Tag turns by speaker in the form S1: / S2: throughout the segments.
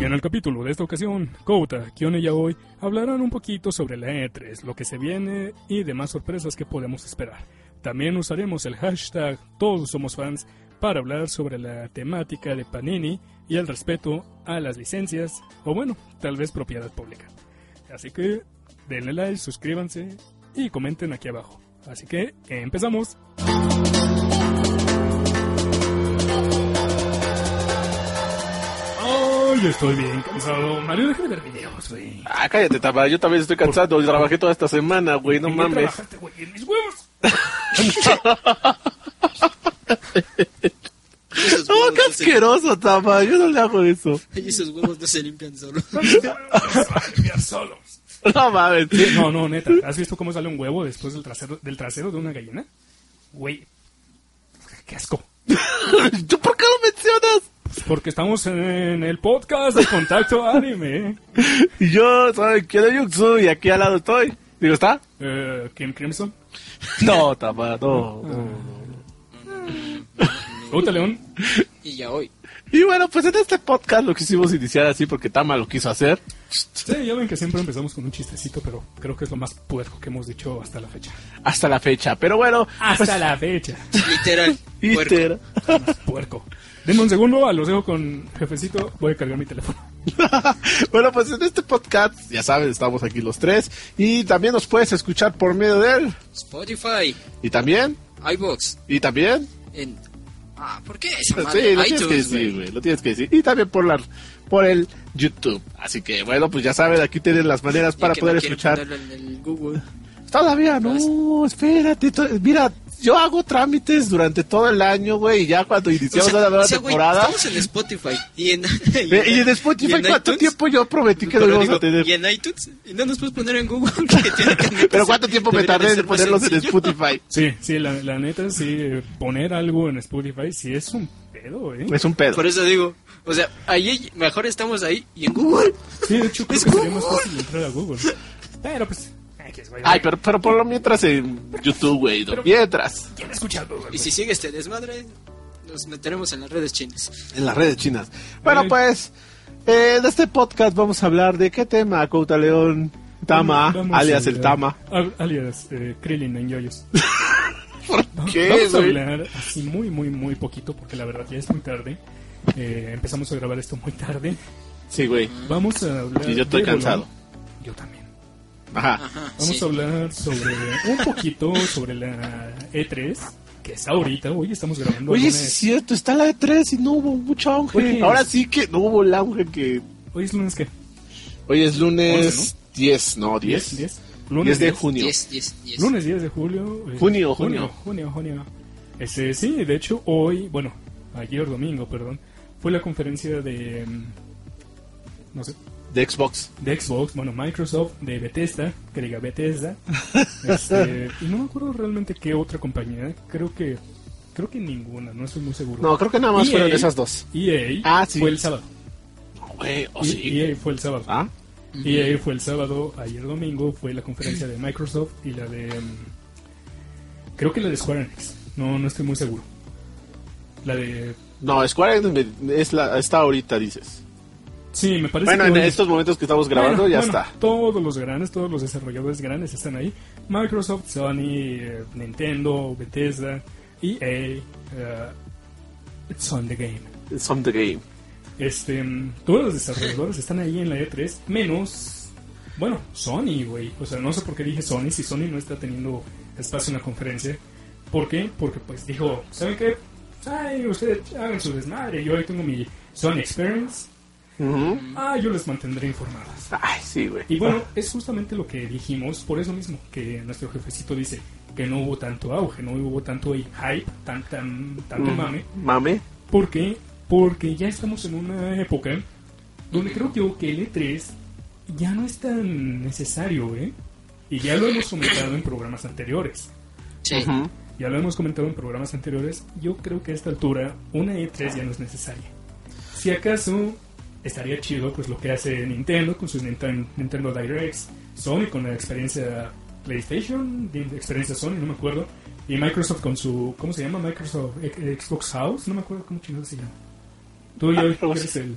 S1: En el capítulo de esta ocasión, Kouta, Kion y hoy hablarán un poquito sobre la E3, lo que se viene y demás sorpresas que podemos esperar. También usaremos el hashtag Todos Somos Fans para hablar sobre la temática de Panini y el respeto a las licencias o bueno, tal vez propiedad pública. Así que denle like, suscríbanse y comenten aquí abajo. Así que empezamos. Ay, estoy bien cansado. Mario, deja de ver videos, güey.
S2: Ah, cállate, Taba, yo también estoy cansado. Yo trabajé toda esta semana, güey, no
S1: ¿En qué
S2: mames.
S1: trabajaste, güey? ¿En mis huevos?
S3: Esos
S2: No,
S3: huevos
S2: qué
S3: no se-
S2: asqueroso, Taba, yo no le hago eso.
S3: esos huevos no se limpian solo.
S1: Limpiar solos.
S2: No mames.
S1: No, no, neta. ¿Has visto cómo sale un huevo después del trasero, del trasero de una gallina? Güey, qué asco. Pues
S2: ¿Tú por qué lo mencionas?
S1: Porque estamos en el podcast de Contacto Anime.
S2: Y yo soy Kyoto Yuxu y aquí al lado estoy. Digo, ¿está?
S1: Eh, Kim Crimson.
S2: No, Taba, no. no.
S1: Gota León.
S3: Y ya hoy.
S2: Y bueno, pues en este podcast lo quisimos iniciar así porque Tama lo quiso hacer.
S1: Sí, ya ven que siempre empezamos con un chistecito, pero creo que es lo más puerco que hemos dicho hasta la fecha.
S2: Hasta la fecha. Pero bueno, pues,
S1: Hasta la fecha.
S3: Literal. puerco.
S2: Easter.
S1: Puerco. Denme un segundo, ah, los dejo con jefecito. Voy a cargar mi teléfono.
S2: bueno, pues en este podcast, ya saben, estamos aquí los tres. Y también nos puedes escuchar por medio de él.
S3: Spotify,
S2: Y también,
S3: iBox,
S2: y también.
S3: en. Ah, ¿por qué
S2: Sí,
S3: esa
S2: lo
S3: madre?
S2: tienes que
S3: iTunes,
S2: decir,
S3: güey.
S2: güey. Lo tienes que decir. Y también por la por el YouTube. Así que bueno, pues ya saben, aquí tienen las maneras
S3: Ya
S2: para
S3: que
S2: poder
S3: no quiero
S2: escuchar.
S3: ponerlo en el Google.
S2: Todavía no, espérate. to- Mira, yo hago trámites durante todo el año, güey, y ya cuando
S3: O
S2: iniciamos
S3: sea,
S2: la nueva
S3: o sea, güey,
S2: temporada.
S3: estamos en Spotify. Y en.
S2: Ve, y en Spotify,
S3: y en
S2: ¿cuánto
S3: iTunes?
S2: tiempo yo prometí que lo
S3: Pero
S2: íbamos
S3: digo,
S2: a tener?
S3: Y en iTunes. Y no nos puedes poner en Google. que tiene que-
S2: Pero cuánto tiempo me
S3: Debería de
S2: tardé
S3: ser
S2: en
S3: más
S2: ponerlos en
S3: sencillo.
S2: Spotify.
S1: Sí, sí, la, la neta, sí, eh, poner algo en Spotify sí es un pedo, ¿eh?
S2: Es un pedo.
S3: Por eso digo. O sea, ahí mejor estamos ahí y en Google.
S1: Sí, de hecho, creo
S3: Es
S1: que sería más
S3: Google.
S1: fácil entrar a Google. Pero pues, X, güey.
S2: Ay, pero, pero por lo mientras en YouTube, güey. lo Mientras.
S1: ¿Quién escucha Google?
S3: Y si sigue este desmadre, nos meteremos en las redes chinas.
S2: En las redes chinas. Bueno,
S1: Ay.
S2: pues, eh, en este podcast vamos a hablar de qué tema, Couta León. Tama,
S1: Vamos a
S2: alias el
S1: hablar-
S2: Tama.
S1: al- alias eh, Krillin en Yoyos.
S2: ¿Qué,
S1: Vamos a
S2: güey?
S1: hablar así muy, muy, muy poquito porque la verdad ya es muy tarde. Eh, empezamos a grabar esto muy tarde.
S2: Sí, güey.
S1: Vamos a hablar.
S2: Y yo estoy
S1: de Bolón.
S2: cansado.
S1: Yo también.
S2: Ajá.
S3: Ajá.
S1: Vamos
S3: sí.
S1: a hablar sobre un poquito sobre la E3, que es ahorita. Hoy estamos grabando.
S2: Oye,
S1: el
S2: sí es
S1: lunes.
S2: cierto, está la de tres y no hubo mucho auge.
S1: Oye.
S2: Ahora sí que no hubo el auge que...
S1: Hoy es lunes que.
S2: Hoy es lunes
S1: Once,
S2: 10, no, 10. 10,
S1: 10. Lunes
S2: de
S1: 10.
S2: junio.
S3: 10, 10, 10.
S1: Lunes 10 de julio. eh,
S2: Junio, junio.
S1: junio. Junio, junio. Este, sí, de hecho, hoy, bueno, ayer domingo, perdón, fue la conferencia de. mm, No sé,
S2: De Xbox.
S1: de Xbox, bueno, Microsoft, de Bethesda, que diga Bethesda. Este, y no me acuerdo realmente qué otra compañía, creo que. Creo que ninguna, no estoy muy seguro.
S2: No, creo que nada más
S1: EA.
S2: fueron esas dos.
S1: EA
S2: Ah, sí.
S1: fue el sábado.
S2: Güey, o
S1: E-
S2: sí.
S1: EA fue el sábado.
S2: ¿Ah?
S1: EA fue el sábado, ayer domingo fue la conferencia de Microsoft y la de... mm, creo que la de Square Enix. No, no estoy muy seguro. La de...
S2: No, Square Enix es la, está ahorita, dices.
S1: Sí, me parece
S2: Bueno,
S1: que...
S2: en
S1: hoy-
S2: estos momentos Pues que estamos grabando
S1: Bueno,
S2: ya
S1: bueno,
S2: está.
S1: Todos los grandes, todos los desarrolladores grandes están ahí. Microsoft, Sony, eh, Nintendo, Bethesda, EA, eh, It's on the game.
S2: It's on the game.
S1: Este, mm, todos los desarrolladores están ahí en la E3, menos, bueno, Sony, güey. O sea, no sé por qué dije Sony, si Sony no está teniendo espacio en la conferencia. ¿Por qué? Porque pues dijo, ¿saben qué? Ay, ustedes hagan su desmadre, yo ahí tengo mi Sony Experience.
S2: Ujú.
S1: Ah, yo les mantendré informadas.
S2: Ay, sí, güey.
S1: Y bueno, es justamente lo que dijimos, por eso mismo, que nuestro jefecito dice que no hubo tanto auge, no hubo tanto hype, tan, tan, tanto mame.
S2: Mm, Mame.
S1: ¿Por qué? Porque ya estamos en una época donde creo yo que el E3 ya no es tan necesario, ¿eh? Y ya lo hemos comentado en programas anteriores.
S3: Sí.
S2: Ujú.
S1: Ya lo hemos comentado en programas anteriores. Yo creo que a esta altura una E3 ya no es necesaria. Si acaso estaría chido pues lo que hace Nintendo con sus Ninten- Nintendo Directs, Sony con la experiencia PlayStation, de- experiencia Sony, no me acuerdo, y Microsoft con su ¿cómo se eh, llama? Microsoft X- Xbox House, no me acuerdo cómo chingado se llama. Tú y yo
S2: Ah,
S1: eres el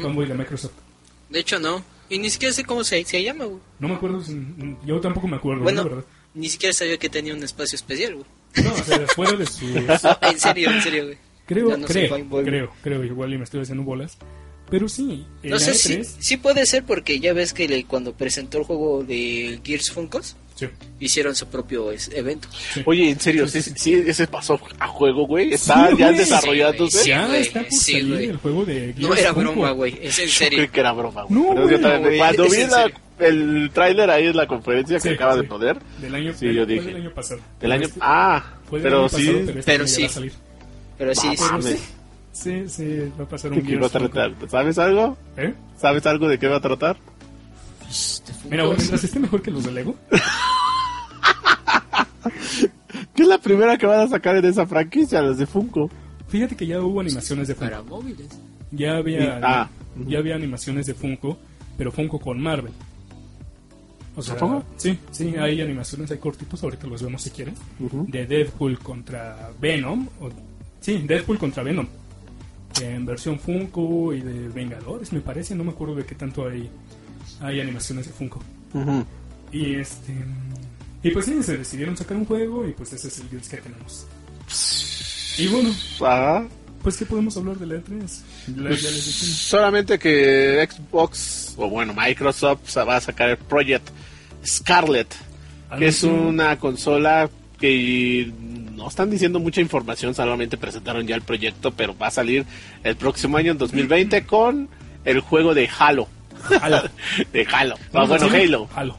S1: fanboy de Microsoft.
S3: De hecho, no. Y ni siquiera sé cómo se, se llama, güey.
S1: No me acuerdo, si- yo tampoco me acuerdo,
S3: Bueno.
S1: la verdad.
S3: Ni siquiera sabía que tenía un espacio especial, güey.
S1: No, o sea, fuera de su...
S3: En serio, en serio, güey.
S1: Creo,
S3: No, no soy
S1: creo,
S3: fanboy, güey.
S1: creo, creo, igual y me estoy haciendo bolas. Pero sí, en
S3: No sé
S1: E3,
S3: si sí puede ser porque ya ves que le- cuando presentó el juego de Gears Funkos
S1: sí.
S3: hicieron su propio es- evento.
S2: Oye, en serio, sí, sí, sí, ese pasó a juego, güey. Está
S1: Sí,
S2: ya
S1: güey.
S2: desarrollándose.
S3: Sí,
S1: ya
S3: güey,
S1: está por
S3: sí,
S1: salir
S3: güey.
S1: el juego de
S3: No
S1: Gears
S3: era
S1: Funko.
S3: broma, güey, es en
S2: Yo creí
S3: serio.
S2: que era broma, güey.
S1: No,
S2: Pero yo
S1: güey,
S2: también-
S3: no, güey,
S2: cuando
S3: es
S2: vi
S3: en
S2: la-
S3: serio.
S2: el tráiler ahí en la conferencia
S1: Sí,
S2: que acaba
S1: sí.
S2: de poner,
S1: Del año,
S2: Sí, yo
S1: fue
S2: dije.
S1: del año pasado.
S2: del año...
S1: Este-
S2: Ah,
S1: fue del
S2: pero
S1: año pasado,
S2: sí...
S1: este
S3: Pero
S1: no
S3: sí.
S1: llegó a salir.
S3: Pero sí, sí.
S2: Ah, mames,
S1: Sí, sí, va a pasar un
S2: ¿de qué va a
S1: Gears Funko.
S2: tratar? ¿Sabes algo?
S1: ¿Eh?
S2: ¿Sabes algo de qué va a tratar?
S1: Mira, bueno, mientras esté mejor que los de Lego.
S2: ¿Qué es la primera que van a sacar en esa franquicia? Las de Funko.
S1: Fíjate que ya hubo animaciones de Funko.
S3: Para móviles.
S1: Ya había,
S2: Y- ah.
S1: ya había animaciones de Funko, pero Funko con Marvel. O sea,
S2: ¿A poco?
S1: sí, sí, hay animaciones, hay cortitos, ahorita los vemos si quieres.
S2: Ujú.
S1: de Deadpool contra Venom. o- sí, Deadpool contra Venom. En versión Funko y de Vengadores, me parece. No me acuerdo de qué tanto hay, hay animaciones de Funko.
S2: Ujú.
S1: Y este. Y pues sí, se decidieron sacar un juego y pues ese es el Gears que tenemos. Y bueno,
S2: Ajá.
S1: pues ¿qué podemos hablar de la E3? La- ya les dijimos.
S2: Pues, Solamente que Xbox, o bueno, Microsoft sa- va a sacar el Project Scarlet, que es una consola que no están diciendo mucha información, solamente presentaron ya el proyecto, pero va a salir el próximo año, en 2020, con el juego de Halo.
S1: Halo.
S2: De Halo. Ah, bueno,
S1: Sí,
S2: Halo.
S1: Halo.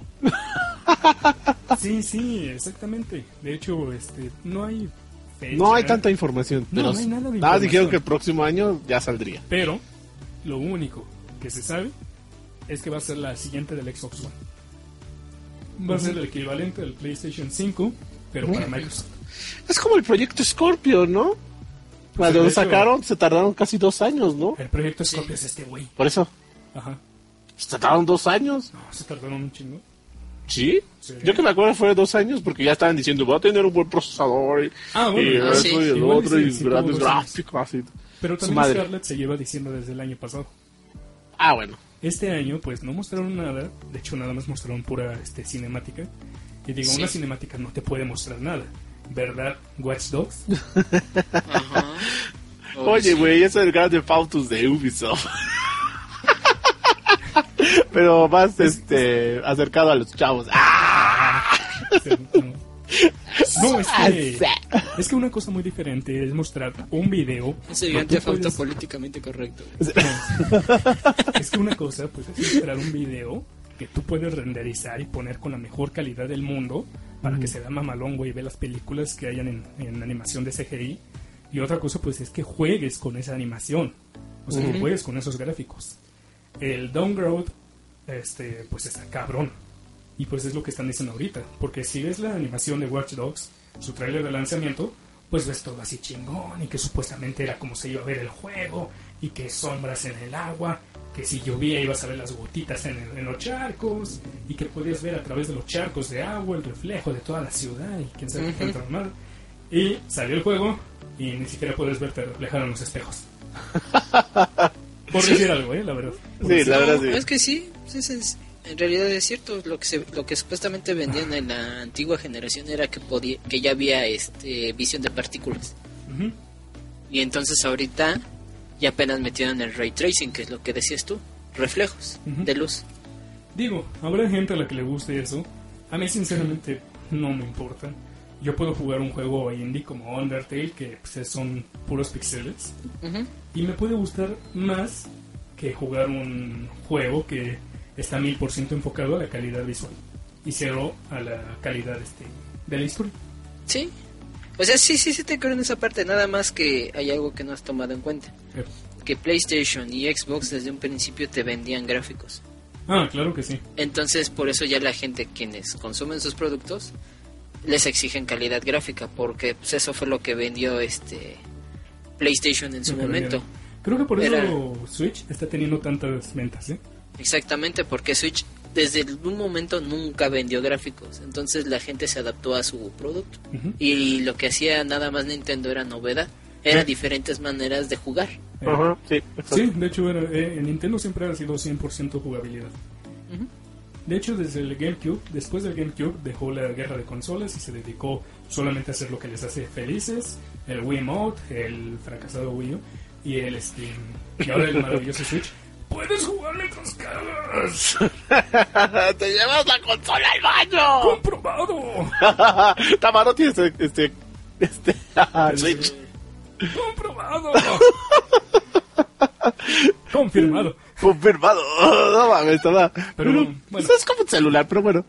S1: Sí, sí, exactamente. De hecho, este, no hay. fecha.
S2: No hay tanta información,
S1: No,
S2: pero
S1: no hay nada de
S2: nada más dijeron
S1: información.
S2: que el próximo año ya saldría.
S1: Pero lo único que se sabe es que va a ser la siguiente del Xbox One. Va a ser el equivalente del PlayStation 5, pero para Microsoft.
S2: Es como el proyecto Scorpio, ¿no? Cuando
S1: de
S2: lo
S1: hecho-
S2: sacaron, se tardaron casi dos años, ¿no?
S1: El proyecto Scorpio es este güey.
S2: Por eso,
S1: Ajá.
S2: se tardaron dos años.
S1: No, se tardaron un chingo.
S2: ¿Sí?
S1: Sí.
S2: Yo que me acuerdo fue dos años porque ya estaban diciendo, va a tener un buen procesador y,
S1: Ah, bueno,
S2: y
S1: ah,
S2: eso
S3: sí.
S2: y el
S1: Igual y
S2: otro
S1: sí, pues,
S2: y
S1: sí,
S2: grandes
S1: tuvo dos años.
S2: gráficos. Así.
S1: Pero
S2: Su
S1: también
S2: madre.
S1: Scarlett se lleva diciendo desde el año pasado.
S2: Ah, bueno.
S1: Este año, pues no mostraron nada. De hecho, nada más mostraron pura este, cinemática. Y digo,
S3: Sí.
S1: una cinemática no te puede mostrar nada. ¿Verdad, Watch Dogs?
S3: Ajá.
S2: Oye, güey, ese es el grande Pautus de Ubisoft. Pero más este acercado a los chavos. ¡Ah!
S1: No, es que, es que una cosa muy diferente es mostrar un video.
S3: Ese
S1: que
S3: gigante
S1: tú puedes-
S3: falta políticamente correcto. güey.
S1: Es que una cosa pues, es mostrar un video que tú puedes renderizar y poner con la mejor calidad del mundo para que se vea mamalón, güey, ve las películas que hayan en, en animación de CGI. Y otra cosa, pues, es que juegues con esa animación. O sea, que
S3: Ujú.
S1: juegues con esos gráficos. El downgrade, este, pues, está cabrón. Y pues es lo que están diciendo ahorita. Porque si ves la animación de Watch Dogs, su tráiler de lanzamiento, pues ves todo así chingón y que supuestamente era como se iba a ver el juego y que sombras en el agua, que si llovía ibas a ver las gotitas en, el- en los charcos y que podías ver a través de los charcos de agua el reflejo de toda la ciudad y quién sabe qué
S3: Ujú.
S1: tanta mamada. Y salió el juego y ni siquiera puedes verte reflejado en los espejos. Por decir algo, ¿eh? La verdad. Por
S2: Sí,
S1: decir-
S2: la verdad
S3: No, Es
S2: sí.
S3: que sí, pues, es- es- en realidad es cierto. Lo que, se- lo que supuestamente vendían en la antigua generación era que, podía, que ya había este, visión de partículas.
S1: Ujú.
S3: Y entonces ahorita ya apenas metieron el ray tracing, que es lo que decías tú, reflejos
S1: Ujú.
S3: de luz.
S1: Digo, habrá gente a la que le guste eso. A mí, sinceramente, no me importa. Yo puedo jugar un juego indie como Undertale, que pues, son puros pixeles.
S3: Ujú.
S1: Y me puede gustar más que jugar un juego que está mil por ciento enfocado a la calidad visual. Y cero a la calidad este, de la historia.
S3: Sí. O sea, sí, sí, sí te creo en esa parte, nada más que hay algo que no has tomado en cuenta.
S1: Eh,
S3: Que PlayStation y Xbox desde un principio te vendían gráficos.
S1: Ah, claro que sí.
S3: Entonces, por eso ya la gente quienes consumen sus productos les exigen calidad gráfica, porque pues, eso fue lo que vendió este PlayStation en su
S1: Lo que
S3: momento.
S1: vendieron. Creo que por
S3: Era-
S1: eso Switch está teniendo tantas ventas, ¿eh?
S3: Exactamente, porque Switch desde el- un momento nunca vendió gráficos, entonces la gente se adaptó a su producto.
S1: Ujú.
S3: Y lo que hacía nada más Nintendo era novedad. Eran diferentes maneras de jugar.
S2: Ajá, sí, exacto.
S1: Eh, Sí, de hecho, era, eh, en Nintendo siempre ha sido 100% jugabilidad.
S3: Ujú.
S1: De hecho, desde el GameCube, después del GameCube, dejó la guerra de consolas y se dedicó solamente a hacer lo que les hace felices: el Wiimote, el fracasado Wii U y el Steam. Y ahora el maravilloso Switch. ¡Puedes jugarle con caras!
S2: ¡Te llevas la consola al baño!
S1: ¡Comprobado!
S2: Tamaro tiene este. este, este
S1: Ah,
S2: Switch.
S1: ¡Comprobado! Confirmado.
S2: Confirmado. No mames, nada. Pero,
S1: bueno.
S2: eso es como un celular, pero bueno.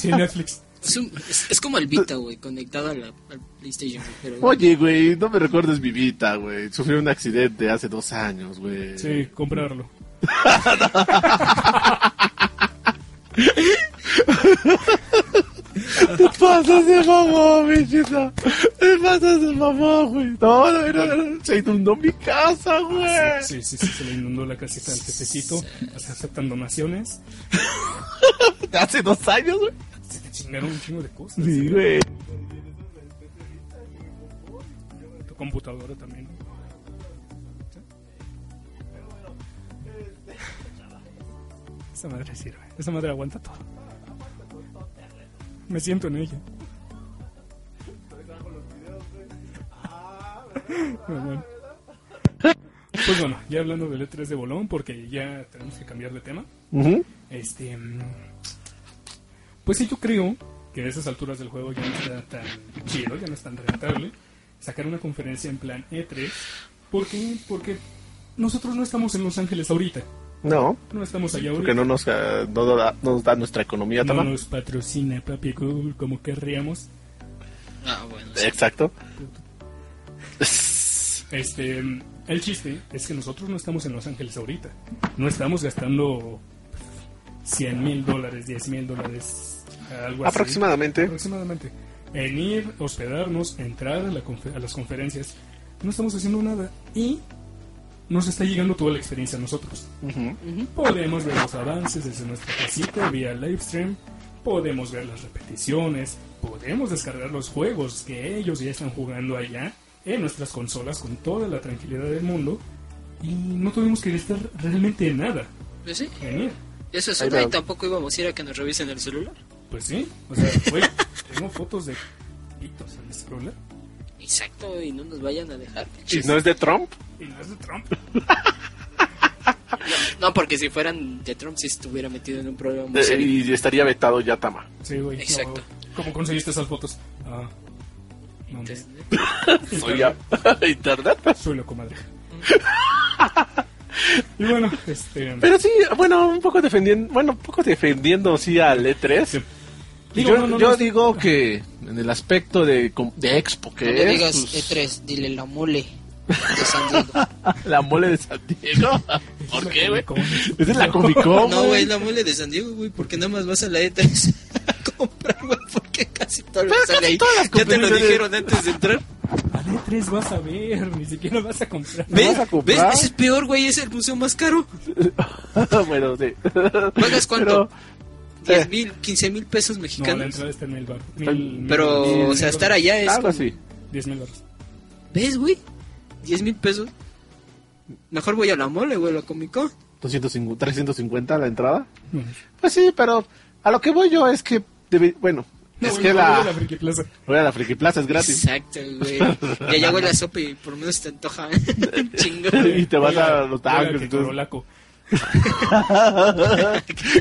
S1: Sí, Netflix.
S3: Es, un- es- es como el Vita, güey, conectado a la- al PlayStation. güey, Pero,
S2: Oye, güey, no me recuerdes mi vida, güey. Sufrí un accidente hace dos años, güey.
S1: Sí, comprarlo.
S2: Te pasas de mamá, bichita. Te pasas de mamá, güey. No, no, no, no. Se inundó mi casa, güey.
S1: Sí, sí, sí, se le inundó la casita al jefecito. Se aceptan donaciones.
S2: Hace dos años, güey.
S1: Se te chingaron un chingo de cosas. ¿eh?
S2: Sí, güey.
S1: Tu computadora también. Esa madre sirve. Esa madre aguanta todo. Me siento en ella. Pero bueno. Ah, Pues bueno, ya hablando del E3 de Bolón, porque ya tenemos que cambiar de tema.
S2: Ujú.
S1: Este. mm, Pues sí, yo creo que a esas alturas del juego ya no está tan chido, ya no es tan rentable sacar una conferencia en plan E3. ¿Por qué? Porque nosotros no estamos en Los Ángeles ahorita.
S2: No,
S1: No estamos allá ahorita.
S2: porque no nos, eh, no, no da, no nos da nuestra economía,
S1: No
S2: Tamar.
S1: nos patrocina Papi Google como querríamos.
S3: ah, bueno, sí.
S2: Exacto.
S1: Pues Este, mm, el chiste es que nosotros no estamos en Los Ángeles ahorita. No estamos gastando 100 mil dólares, 10 mil dólares, algo así.
S2: Aproximadamente.
S1: Pues aproximadamente. En ir, hospedarnos, entrar a, la confe- a las conferencias. No estamos haciendo nada y nos está llegando toda la experiencia a nosotros.
S2: Ujú.
S1: Podemos ver los avances desde nuestra casita vía livestream, podemos ver las repeticiones, podemos descargar los juegos que ellos ya están jugando allá en nuestras consolas con toda la tranquilidad del mundo y no tuvimos que gastar realmente nada
S3: Pues sí,
S1: en ir.
S3: eso es
S2: Ahí
S3: otra,
S2: va.
S3: y tampoco íbamos a ir a que nos revisen el celular.
S1: Pues sí, o sea, güey, tengo fotos de pitos en mi celular.
S3: Exacto, y no nos vayan a dejar.
S2: Si no es de Trump,
S1: Y no es de Trump.
S3: No, porque si fueran de Trump, si estuviera metido en un problema muy
S2: eh,
S3: serio.
S2: y estaría vetado ya Tama.
S1: Sí, güey. no,
S3: Exacto.
S1: ¿Cómo conseguiste esas fotos? Ah, no, hombre,
S3: Entonces, ¿no?
S2: ¿Eh? Soy ya internet.
S1: soy la comadre. y bueno, este.
S2: Pero sí, bueno, un poco defendiendo, bueno, un poco defendiendo sí al E3.
S1: Sí.
S2: Y
S1: Digo,
S2: yo
S1: no, no,
S2: yo
S1: no.
S2: digo que en el aspecto de, com- de Expo, que
S3: No le
S2: es
S3: digas E
S2: pues,
S3: E3, dile la mole de San Diego.
S2: la mole de San Diego. ¿Por
S1: la
S2: qué, güey?
S1: Comic-Con.
S2: Esa es la Comic Con.
S3: No, güey, la mole de San Diego, güey, porque nada más vas a la E3 a comprar, güey, porque casi todo lo que sale ahí.
S2: todas las
S3: Ya te lo
S2: conferencias de-
S3: dijeron antes de entrar.
S1: A D3 vas a ver, ni siquiera vas a comprar.
S2: ¿Ve?
S3: ¿Ves?
S2: vas a
S3: ¿Ves?
S2: comprar?
S3: Ese es peor, güey, es el museo más caro.
S2: bueno, sí.
S3: ¿Pagas
S2: Pero,
S3: cuánto?
S2: eh.
S3: 10 mil, 15 mil pesos
S1: No, la
S3: mexicanos.
S1: entrada está en el bar.
S3: Pero, o sea, estar allá es.
S2: Algo
S3: como-
S2: así.
S1: 10 mil baros.
S3: ¿Ves, güey? 10 mil pesos. Mejor voy a la mole, güey, la Comic Con.
S2: 250, 350 la entrada.
S1: No,
S2: Pues sí, pero a lo que voy yo es que, debe- bueno, es
S1: güey,
S2: que
S1: no,
S2: la...
S1: voy a la Friki Plaza.
S2: Voy a la Friki Plaza, es gratis.
S3: Exacto, güey. Y allá huele a sopa y por lo menos te antoja. Chingo.
S2: y te vas a los
S1: Voy a la
S2: tacos.
S1: que
S2: entonces-
S1: Corolaco.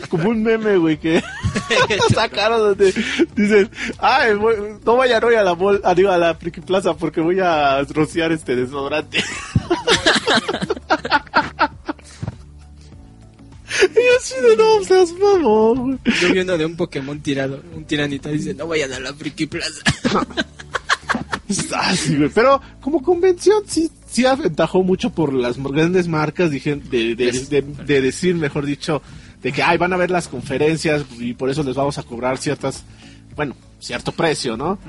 S2: Como un meme, güey, que sacaron donde dicen, ay, voy- no vayan hoy a la mol, ah, digo, a la Friki Plaza porque voy a rociar este desodorante. y así de no, seas mamón, güey.
S3: Yo vi uno de un Pokémon tirado, un tiranita, dice, no vayan a la friki plaza.
S2: Ah, sí, güey, Pero como convención sí, sí aventajó mucho por las grandes marcas dije, de, de- de- de decir, mejor dicho, de que ay, van a ver las conferencias y por eso les vamos a cobrar ciertas, bueno, cierto precio, ¿no?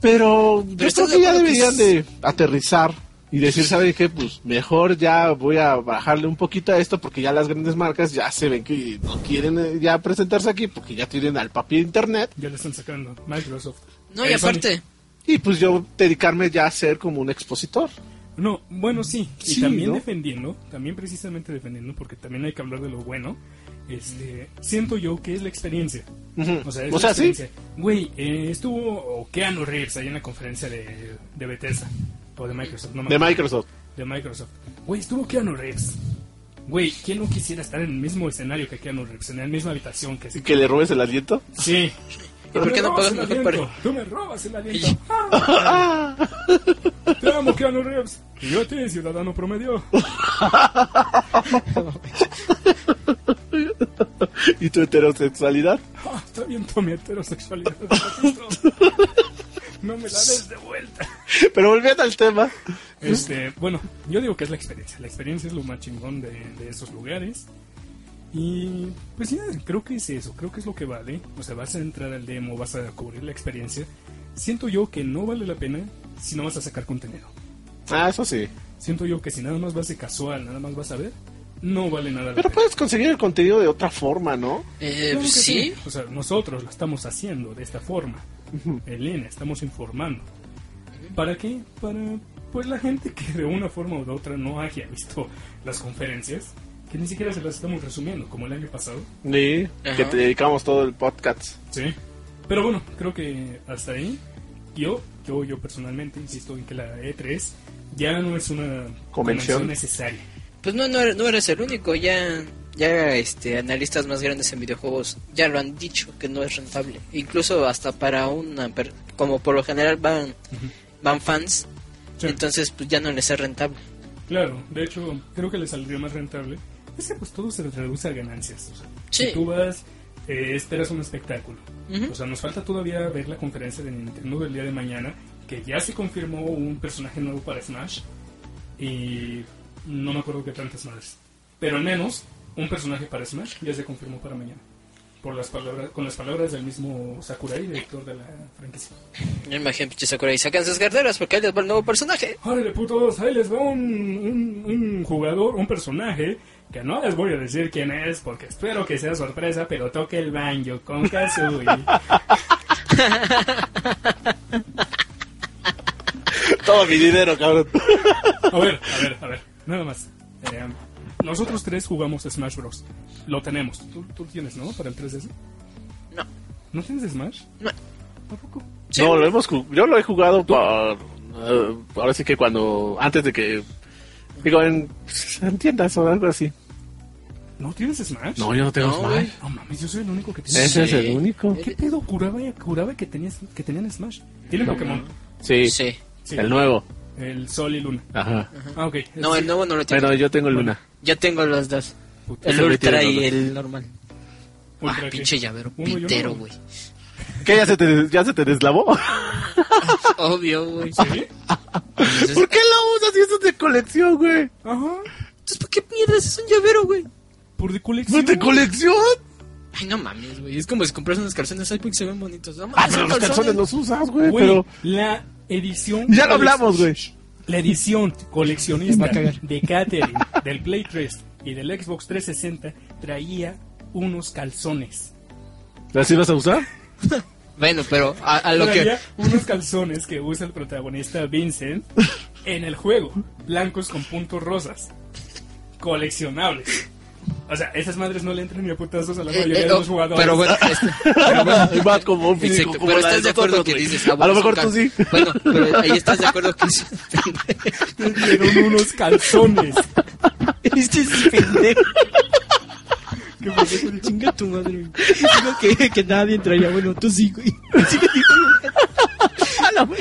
S2: Pero yo
S3: Pero
S2: creo
S3: estás
S2: que
S3: de
S2: ya
S3: acuerdo que
S2: deberían
S3: es-
S2: de aterrizar y decir, ¿saben qué? Pues mejor ya voy a bajarle un poquito a esto porque ya las grandes marcas ya se ven que no quieren eh, ya presentarse aquí porque ya tienen al papi de internet.
S1: Ya le están sacando. Microsoft.
S3: No, y
S1: Eh, Sony.
S3: aparte,
S2: y pues yo dedicarme ya a ser como un expositor.
S1: No, bueno, sí. Y
S2: Sí,
S1: también
S2: ¿no?
S1: defendiendo, también precisamente defendiendo, porque también hay que hablar de lo bueno. Este, siento yo que es la experiencia.
S2: Ujú.
S1: O sea, es
S2: O
S1: la
S2: sea, sí.
S1: experiencia. Güey, eh, estuvo Keanu Reeves ahí en la conferencia de, de Bethesda. O de Microsoft, no me
S2: De
S1: acuerdo.
S2: Microsoft.
S1: de Microsoft. Güey, estuvo Keanu Reeves. Güey, ¿quién no quisiera estar en el mismo escenario que Keanu Reeves? En la misma habitación que
S2: ¿Y
S1: sí.
S2: que le robes el aliento?
S1: Sí.
S3: ¿Y por qué no pagas mejor para-
S1: Tú me robas el aliento. Ah. te amo, Keanu Reeves. Y yo a ti, ciudadano promedio.
S2: ¿Y tu heterosexualidad?
S1: Ah, está viendo mi heterosexualidad. No me la des de vuelta.
S2: Pero volviendo al tema.
S1: Este, bueno, yo digo que es la experiencia. La experiencia es lo más chingón de, de esos lugares. Y pues ya, creo que es eso, creo que es lo que vale. O sea, vas a entrar al demo, vas a cubrir la experiencia. Siento yo que no vale la pena si no vas a sacar contenido.
S2: Ah, eso sí.
S1: Siento yo que si nada más vas de casual, nada más vas a ver, no vale nada la
S2: Pero
S1: pena.
S2: puedes conseguir el contenido de otra forma, ¿no?
S3: Eh,
S1: Claro que
S3: sí,
S1: O sea, nosotros lo estamos haciendo de esta forma. En línea, estamos informando. ¿Para qué? Para pues la gente que de una forma u de otra no haya visto las conferencias, que ni siquiera se las estamos resumiendo, como el año pasado.
S2: Sí.
S3: Ajá.
S2: Que te dedicamos todo el podcast.
S1: Sí. Pero bueno, creo que hasta ahí. Yo, yo, yo personalmente insisto en que la E3 ya no es una
S2: Convención.
S1: necesaria.
S3: pues no, no, no eres el único, ya, ya este, analistas más grandes en videojuegos ya lo han dicho que no es rentable. Incluso hasta para una, per- como por lo general van, van fans,
S1: Sí.
S3: entonces pues ya no les es rentable.
S1: Claro, de hecho, creo que le saldría más rentable. Es que pues todo se reduce a ganancias. O sea,
S3: Sí.
S1: Si tú vas, eh, esperas un espectáculo.
S3: Ujú.
S1: O sea, nos falta todavía ver la conferencia de Nintendo del día de mañana, que ya se confirmó un personaje nuevo para Smash. Y no me acuerdo qué tantas madres. Pero al menos un personaje para Smash ya se confirmó para mañana. Por las palabras, con las palabras del mismo Sakurai, director de la franquicia.
S3: Ya imagino, pinche Sakura, y sacan sus carteras porque ahí les va el nuevo personaje.
S1: Órale, putos, ahí les va un, un- un jugador, un personaje, que no les voy a decir quién es, porque espero que sea sorpresa, pero toque el banjo con Kazooie.
S2: Todo mi dinero, cabrón.
S1: A ver, a ver, a ver, nada más. Eh, nosotros tres jugamos Smash Bros. Lo tenemos. Tú, tú tienes, ¿no? Para el 3DS.
S3: No,
S1: ¿No tienes Smash?
S3: no.
S1: Tampoco.
S3: Sí.
S2: No, lo hemos ju- yo lo he jugado por, eh, ahora sí que cuando antes de que digo en, en tiendas o algo así.
S1: ¿No tienes Smash?
S2: No, yo no tengo
S3: No,
S2: Smash.
S3: güey.
S1: No mames, yo soy el único que tiene Smash.
S2: Ese es el único.
S1: ¿Qué pedo? Curaba, curaba que, tenías, que tenían Smash. Tienen Pokémon.
S2: Sí,
S3: Sí.
S1: Sí.
S2: el nuevo.
S1: El Sol y Luna.
S2: Ajá.
S1: Ah, ok.
S3: No,
S1: Sí.
S3: el nuevo no lo tengo.
S2: Bueno, yo tengo el Luna.
S3: Yo tengo los dos.
S1: Puta,
S3: El
S2: Ese güey
S3: ultra
S2: tiene
S3: y
S2: los dos.
S3: el normal.
S1: Ultra
S3: ah,
S1: aquí.
S3: pinche llavero
S1: Uno y uno.
S3: pitero, güey.
S2: ¿Qué? ¿Ya se te, des- ya se te deslavó?
S3: Obvio, güey.
S1: ¿Sí?
S2: ¿Por qué lo usas si eso es de colección, güey?
S1: Ajá.
S3: Entonces, Pues, ¿por qué mierdas es un llavero, güey?
S1: Por de colección.
S2: ¿No de colección?
S3: Ay, no mames, güey. Es como si compras unos calzones ahí porque se ven bonitos. No
S2: Ah,
S3: mames,
S2: pero los calzones los usas, güey,
S1: Güey,
S2: pero...
S1: la edición.
S2: Ya lo
S1: colec-
S2: hablamos, güey.
S1: La edición coleccionista
S4: Va a cagar.
S1: de Catherine, del Play 3 y del Xbox 360 traía unos calzones.
S2: ¿Así vas a usar?
S3: Bueno, pero a, a lo que...
S1: Traía unos calzones que usa el protagonista Vincent en el juego. Blancos con puntos rosas. Coleccionables. O sea, esas madres no le entran ni a putazos a la
S3: Eh,
S1: mayoría
S3: eh,
S1: de
S3: oh,
S1: los jugadores.
S3: pero bueno, este- pero bueno,
S2: Va como un
S3: Exacto,
S2: físico, como
S3: pero
S2: la
S3: estás
S2: de
S3: de acuerdo
S2: nosotros,
S3: que
S2: güey.
S3: dices. ah,
S2: A lo
S3: bueno, es un
S2: mejor tú
S3: cal-
S2: sí.
S3: Bueno, pero ahí estás de acuerdo que es un pendejo.
S1: Eran unos calzones.
S3: Este es un pendejo. Chinga tu madre, güey. Digo que, que nadie traía. Bueno, tú sí, güey. Sí que digo, A la güey.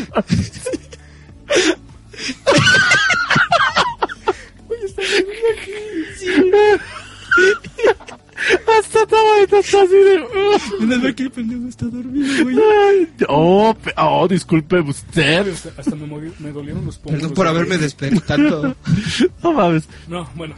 S2: Hasta estaba estaba así de...
S4: Menos mal que el pendejo está dormido, güey.
S2: Ay, Oh, pe- oh, disculpe usted.
S1: Hasta, hasta me, movi- me dolieron los puntos.
S4: Perdón por haberme despertado.
S2: No mames.
S1: No, bueno.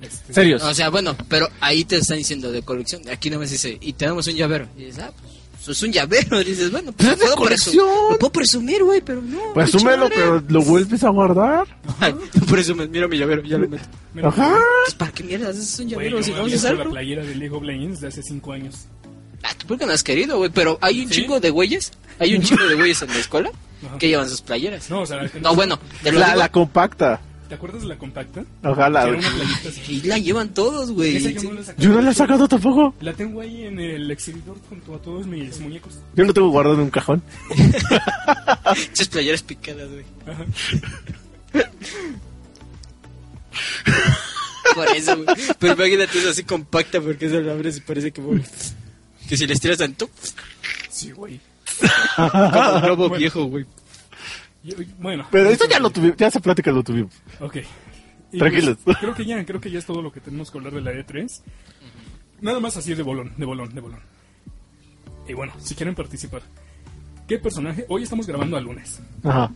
S1: Este,
S2: Serios.
S3: O sea, bueno, pero ahí te están diciendo de colección. Aquí nomás dice, y tenemos un llavero. Y dices, ah, pues eso es un llavero. Y dices, bueno, pues
S2: Pero es de
S3: puedo
S2: colección.
S3: presu- lo puedo presumir, güey, pero no.
S2: Pues súmelo, pero lo vuelves a guardar.
S3: Lo presumes, mira mi llavero, ya lo meto.
S1: mira,
S2: Ajá.
S3: Pues para qué mierdas es
S1: güey,
S3: un llavero
S1: no
S3: si no
S1: mames,
S3: vas a
S1: yo la
S3: usarlo.
S1: playera de League of Legends de hace 5 años.
S3: Ah, tú por qué no has querido, güey, pero hay un
S1: Sí.
S3: chingo de güeyes Hay un chico de güeyes en la escuela que llevan sus playeras.
S1: No, o sea, la gente-
S3: No, bueno, te lo
S2: La,
S3: digo,
S2: la compacta.
S1: ¿Te acuerdas de la compacta?
S2: Ojalá.
S1: Que era una playita así.
S3: y la llevan todos, güey.
S1: Esa yo no la he sacado.
S2: Yo no la he sacado tampoco.
S1: La tengo ahí en el exhibidor junto a todos mis muñecos.
S2: Yo lo tengo guardado en un cajón.
S3: Esas playeras picadas, güey.
S1: Ajá.
S3: Por eso, güey. Pero imagínate, es así compacta porque se lo abres y parece que vuelve. Que si les tiras tanto,
S1: Sí, güey.
S3: como un globo
S1: Ah, Bueno.
S3: viejo, güey.
S1: Yo- Bueno.
S2: Pero esto ya lo tuvimos, ya esa plática lo tuvimos.
S1: Ok. Y
S2: Tranquilos.
S1: pues, creo que ya, creo que ya es todo lo que tenemos que hablar de la E3. Nada más así de bolón, de bolón, de bolón. Y bueno, si quieren participar. ¿Qué personaje? Hoy estamos grabando a lunes.
S2: Ajá.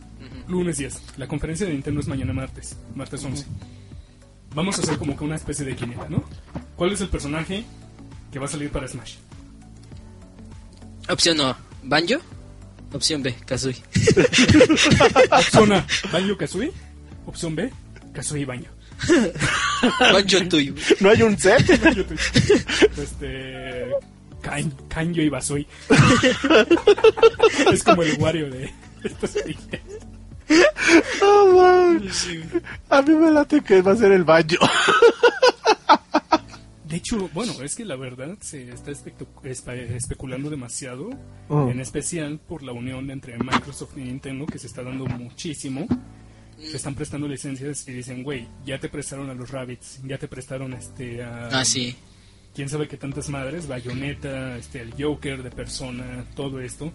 S1: Lunes 10. La conferencia de Nintendo es mañana martes. Martes 11. Vamos a hacer como que una especie de quiniela, ¿no? ¿Cuál es el personaje que va a salir para Smash?
S3: Opción A, Banjo. Opción B, Kazooie.
S1: Opción A, Banjo Kazooie. Opción B, Kazooie Banjo.
S3: Banjo tuyo.
S2: No hay un set.
S1: este. Kan- Kanjo y Basui. es como el Wario de estos güeyes.
S2: No, man. A mí me late que va a ser el baño.
S1: De hecho, bueno, es que la verdad se está espectu- espe- especulando demasiado,
S2: Oh.
S1: en especial por la unión entre Microsoft y Nintendo, que se está dando muchísimo. Se están prestando licencias y dicen, güey, ya te prestaron a los Rabbits, ya te prestaron este, a...
S3: Ah, sí.
S1: quién sabe qué tantas madres, Bayonetta, este, el Joker de persona, todo esto.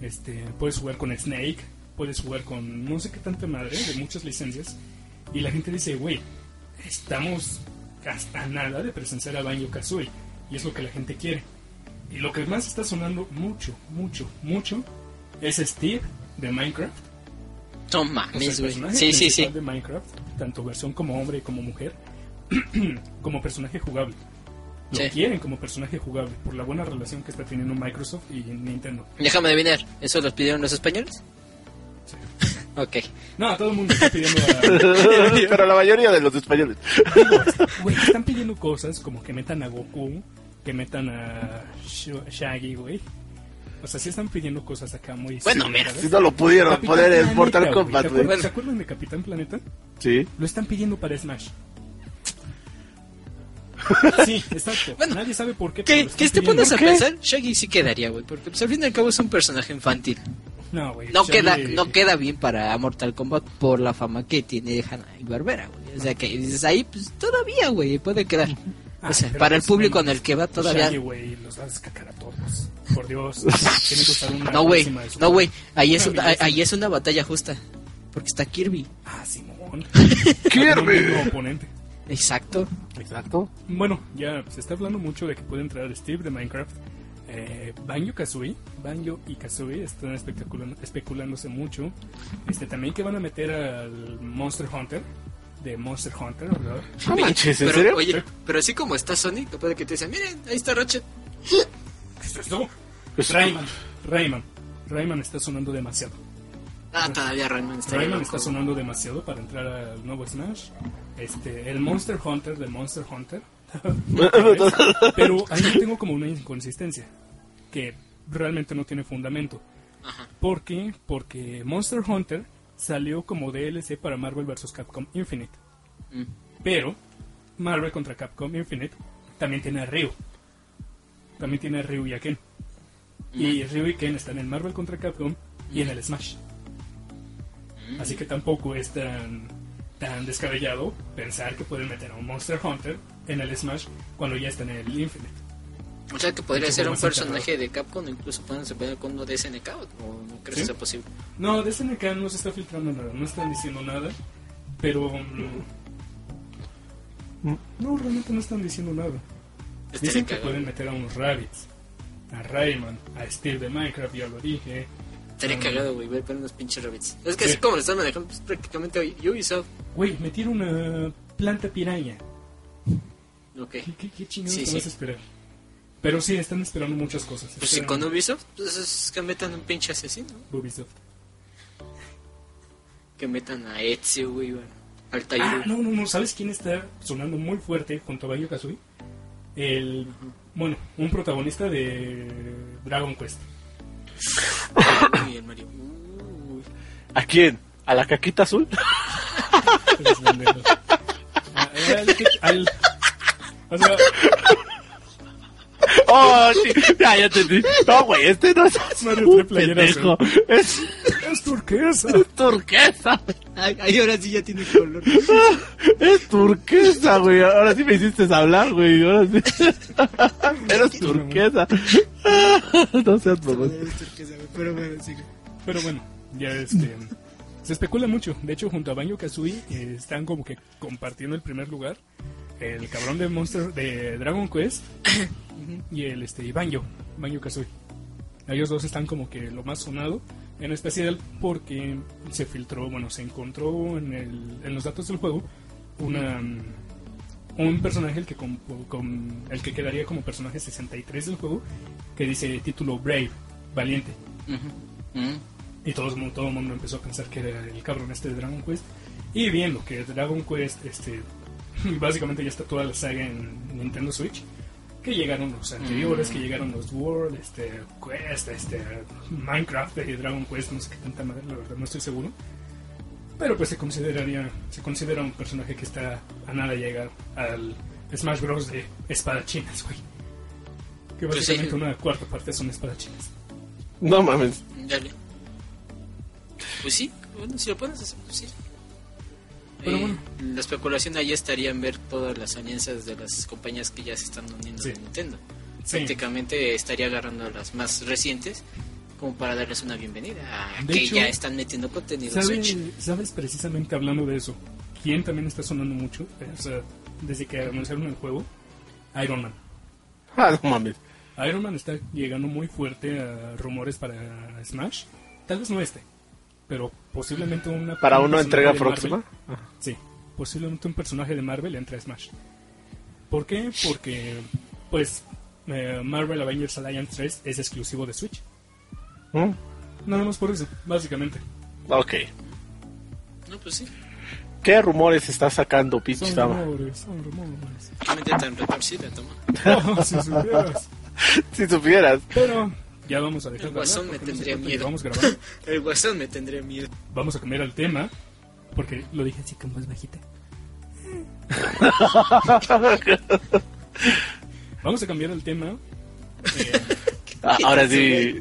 S1: Este, puedes jugar con Snake, puedes jugar con no sé qué tanta madre, de muchas licencias. Y la gente dice, güey, estamos hasta nada de presenciar a Banjo Kazooie. Y es lo que la gente quiere. Y lo que más está sonando mucho, mucho, mucho es Steve de Minecraft.
S3: No
S1: O sea, el
S3: mames, güey.
S1: personaje
S3: Sí, sí,
S1: principal
S3: sí.
S1: de Minecraft, tanto versión como hombre como mujer, como personaje jugable. Lo
S3: Sí.
S1: quieren como personaje jugable por la buena relación que está teniendo Microsoft y Nintendo.
S3: Déjame adivinar, ¿eso los pidieron los españoles?
S1: Sí.
S3: Ok.
S1: No, todo el mundo está pidiendo. a-
S2: Pero la mayoría de los españoles.
S1: Güey, están pidiendo cosas como que metan a Goku, que metan a Sh- Shaggy, güey. O sea, sí están pidiendo cosas acá muy.
S3: Bueno,
S1: sí,
S3: mira,
S1: ¿sabes?
S2: Si no lo pudieron
S1: Capitán
S2: poner en
S1: Planeta,
S2: Mortal
S1: güey.
S2: Kombat,
S1: ¿Te
S2: güey.
S1: acuerdas- ¿Se acuerdan de Capitán Planeta?
S2: Sí.
S1: Lo están pidiendo para Smash. Sí, exacto.
S3: Bueno,
S1: Nadie sabe por qué. pero
S3: Que,
S1: lo están
S3: que te
S1: pidiendo.
S3: pones a
S2: ¿Qué?
S3: pensar, Shaggy sí quedaría, güey. Porque pues, al fin y al cabo es un personaje infantil.
S1: No, güey.
S3: No
S1: Shaggy-
S3: queda, no queda bien para Mortal Kombat por la fama que tiene Hanna y Barbera, güey. O sea que dices ahí, pues todavía, güey, puede quedar.
S1: Ah,
S3: O sea,
S1: pero
S3: para el
S1: pues,
S3: público
S1: no
S3: en el que va
S1: Shaggy,
S3: todavía.
S1: güey, los vas a sacar a todos. Por Dios. Tiene que usar una.
S3: No, güey,
S1: máxima de su-
S3: no, güey. Ahí es,
S1: Una
S3: ahí-
S1: belleza.
S3: ahí es una batalla justa. Porque está Kirby.
S1: Ah, Simón.
S2: Kirby.
S1: Un oponente.
S3: Exacto.
S2: Exacto.
S1: Bueno, ya se está hablando mucho de que puede entrar Steve de Minecraft. Eh, Banjo Kazooie, Banjo y Kazooie están espectaculan- especulándose mucho. Este también que van a meter al Monster Hunter de Monster Hunter, ¿verdad?
S2: No manches, ¿en
S3: pero,
S2: serio?
S3: Oye, pero así como está Sonic, puede que te dicen, miren, ahí está Ratchet.
S1: ¿Qué es esto?
S2: Pues-
S1: Rayman, Rayman, Rayman está sonando demasiado.
S3: Ah, todavía Rayman está ahí,
S1: Rayman
S3: loco.
S1: está sonando demasiado para entrar al nuevo Smash. Este, el Monster Hunter de Monster Hunter. Pero ahí yo tengo como una inconsistencia que realmente no tiene fundamento.
S3: Ajá.
S1: ¿Por qué? Porque Monster Hunter salió como DLC para Marvel vs. Capcom Infinite.
S3: Mm.
S1: Pero Marvel contra Capcom Infinite también tiene a Ryu. También tiene a Ryu y a Ken. Y Ryu y Ken están en Marvel contra Capcom y en el Smash. Así que tampoco es tan, tan descabellado pensar que pueden meter a un Monster Hunter en el Smash cuando ya está en el Infinite.
S3: O sea que podría
S1: Mucho
S3: ser un
S1: más
S3: personaje de Capcom, incluso pueden pelear con uno de SNK, o o no
S1: ¿Sí?
S3: crees que sea posible.
S1: No, de SNK no se está filtrando nada, no están diciendo nada, pero... mm, No, realmente no están diciendo nada. Dicen que
S3: Estaría
S1: pueden
S3: cagado.
S1: meter a unos Rabbits, a Rayman, a Steve de Minecraft, ya lo dije.
S3: Estaría
S1: Ah.
S3: cagado, güey, ver ver unos pinches rabbits. Es que
S1: Sí.
S3: así como lo están manejando, pues prácticamente hoy- Ubisoft.
S1: Güey, metieron una planta piraña.
S3: Ok.
S1: ¿Qué, qué, qué chingados
S3: Sí,
S1: te
S3: sí.
S1: vas a esperar? Pero sí, están esperando muchas cosas.
S3: Pues si
S1: Esperan
S3: con Ubisoft, pues es que metan un pinche asesino.
S1: Ubisoft.
S3: Que metan a Ezio, güey, bueno, al Tairo.
S1: Ah, no, no, no. ¿Sabes quién está sonando muy fuerte junto a Banjo Kazooie? El. Bueno, un protagonista de Dragon Quest.
S3: Uy, el Mario. Uy.
S2: ¿A quién? ¿A la caquita azul?
S1: Eres pendejo. Ah, era el que- al- o sea,
S2: ¡Oh, sí! Ya, ya entendí. No, güey, este no es
S1: Mario
S2: azul,
S1: trae playera
S2: pendejo. Es
S1: es turquesa.
S2: turquesa.
S4: Ay, ay, ahora sí ya tiene color.
S2: Es turquesa, güey. Ahora sí me hiciste hablar, güey. Ahora sí. Eres turquesa. No seas mamón.
S4: Pero bueno, sigue.
S1: Pero bueno, ya este. Se especula mucho. De hecho, junto a Banjo Kazooie eh, están como que compartiendo el primer lugar. El cabrón de Monster de Dragon Quest y el este y Banjo, Banjo Kazooie. Ellos dos están como que lo más sonado, en especial porque se filtró, bueno, se encontró en, el- en los datos del juego una mm, un personaje el que compo- con- el que quedaría como personaje 63 del juego que dice título Brave, valiente.
S3: Ujú. Ujú.
S1: Y todo el mundo, todo el mundo empezó a pensar que era el cabrón este de Dragon Quest. Y viendo que Dragon Quest, este, básicamente ya está toda la saga en Nintendo Switch. Que llegaron los anteriores,
S3: Mm.
S1: que llegaron los World, este, Quest, este, Minecraft y Dragon Quest, no sé qué tanta madre, la verdad no estoy seguro. Pero pues se consideraría, se considera un personaje que está a nada llegar al Smash Bros. de espadachinas, güey. Que
S3: Pues sí.
S1: básicamente una cuarta parte son espadachinas.
S2: No mames.
S3: Dale. Pues sí, bueno, si lo puedes hacer, pues sí. Eh,
S1: Pero bueno.
S3: La especulación allá estaría en ver todas las alianzas de las compañías que ya se están uniendo
S1: Sí.
S3: a Nintendo.
S1: Sí.
S3: Prácticamente estaría agarrando a las más recientes como para darles una bienvenida a
S1: De
S3: que
S1: hecho,
S3: ya están metiendo contenido en
S1: ¿Sabe-
S3: Switch.
S1: ¿Sabes precisamente hablando de eso? ¿Quién también está sonando mucho? Eh, O sea, desde que anunciaron el juego, Iron Man.
S2: Ah, no mames.
S1: Iron Man está llegando muy fuerte a rumores para Smash. Tal vez no este, pero posiblemente una...
S2: Para
S1: un
S2: una
S1: personaje
S2: entrega
S1: de Marvel.
S2: próxima.
S1: Sí, posiblemente un personaje de Marvel entre a Smash. ¿Por qué? Porque, pues, eh, Marvel Avengers Alliance 3 es exclusivo de Switch.
S2: ¿Mm?
S1: Nada más por eso, básicamente.
S2: Ok.
S3: No, pues sí.
S2: ¿Qué rumores está sacando, pinche
S1: Son
S2: Sama?
S1: rumores, son rumores.
S3: Realmente tan retorcida, toma.
S1: No, si supieras.
S2: Si supieras.
S1: Pero ya vamos a dejar
S3: El
S1: de hablar
S3: guasón me
S1: porque no se
S3: tendría
S1: trata de
S3: miedo.
S1: que Vamos, a grabar.
S3: El guasón me tendría miedo.
S1: vamos a cambiar el tema porque lo dije así con voz bajita. vamos a cambiar el tema. Eh,
S2: Ah, ahora sí.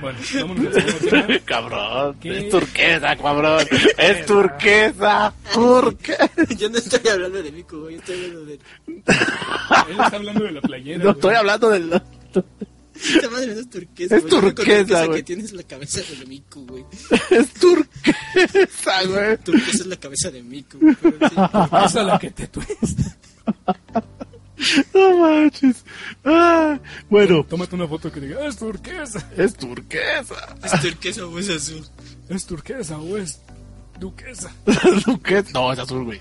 S1: bueno, vámonos al segundo tema.
S2: cabrón.
S1: ¿Qué?
S2: Es turquesa, cabrón. Es turquesa. Turquesa.
S3: yo no estoy hablando de Miku, güey, yo estoy hablando de...
S1: Él está hablando de la playera.
S2: No
S1: güey.
S2: estoy hablando del.
S3: Esta madre no es turquesa,
S2: Es
S3: güey, lo único
S2: turquesa,
S3: que
S2: güey.
S3: tienes la cabeza de Miku, güey.
S2: Es turquesa, güey.
S3: Turquesa es la cabeza de Miku, güey, pero sí.
S1: Esa es la que te tuesta.
S2: No manches. Ah, bueno,
S1: Tómate una foto que diga, es turquesa.
S2: es turquesa.
S3: ¿Es turquesa o es azul?
S1: Es turquesa o es duquesa.
S2: Turquesa. No, es azul, güey.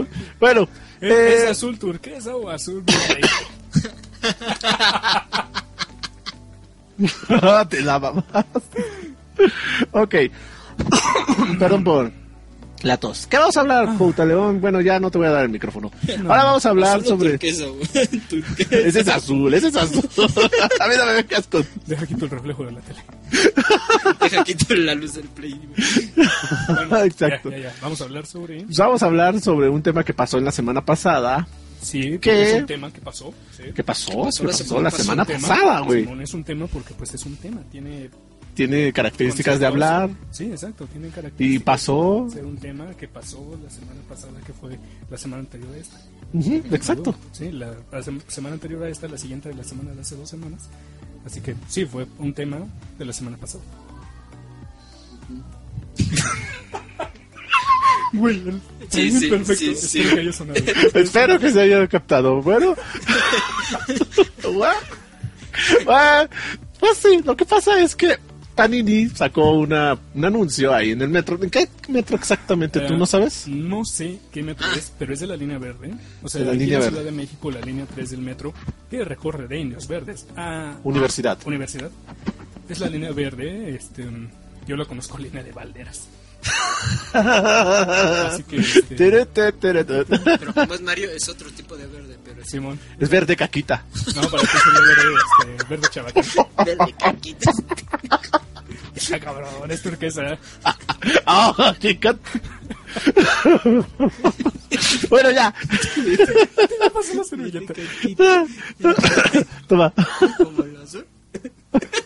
S2: bueno,
S1: ¿Es,
S2: eh,
S1: es azul turquesa o azul verde?
S2: ah, te la mamás. ok. Perdón por la tos. ¿Qué vamos a
S1: Ah.
S2: hablar, puta León? Bueno, ya no te voy a dar el micrófono. Ahora vamos a hablar
S3: Solo
S2: sobre.
S3: turquesa, güey. Turquesa.
S2: Ese es azul, ese es azul. a mí no me vengas con.
S1: Deja quito el reflejo de la tele.
S3: Deja quitar la luz del play. güey.
S2: Exacto.
S1: Ya, ya, ya. Vamos a hablar sobre.
S2: Pues vamos a hablar sobre un tema que pasó en la semana pasada.
S1: Sí,
S2: ¿Qué?
S1: es un tema que pasó. sí.
S2: ¿Qué pasó?
S3: pasó
S2: ¿Qué
S3: la
S2: pasó
S3: semana-
S2: la
S3: pasó
S2: semana
S1: Un tema,
S2: pasada, güey?
S1: Simón, es un tema porque, pues, es un tema. Tiene.
S2: Tiene características de hablar
S1: Sí, exacto. Tiene características.
S2: y pasó.
S1: Ser un tema que pasó la semana pasada, que fue la semana anterior a esta.
S2: Ujú, exacto.
S1: Sí, la, la sem- semana anterior a esta, la siguiente de la semana de hace dos semanas. Así que, sí, fue un tema de la semana pasada. Güey, el-
S3: Sí,
S1: el-
S3: sí,
S1: perfecto.
S3: sí, sí.
S1: Espero que haya sonado.
S2: Espero que se haya captado. Bueno, What? Ah, pues sí, lo que pasa es que Panini sacó una, un anuncio ahí en el metro. ¿En qué metro exactamente? ¿Tú
S1: Eh,
S2: no sabes?
S1: No sé qué metro es, pero es de la línea verde. O sea,
S2: De la
S1: aquí
S2: línea
S1: en la
S2: verde.
S1: Ciudad de México, la línea 3 del metro, que recorre de Indios Verdes a
S2: Universidad.
S1: Universidad. Es la línea verde, este, mm, yo la conozco línea de balderas. Así que, este,
S2: Tere, tere, tere, tere.
S3: Pero como es Mario, es otro tipo de verde, pero es
S1: Simón,
S2: Es verde caquita.
S1: no, para ti sería verde, este, verde chabacán.
S3: verde caquita.
S1: Ya, cabrón, es turquesa.
S2: Ah, chica. bueno, ya.
S1: Te pasó la servilleta.
S2: Toma.
S4: Como el azul.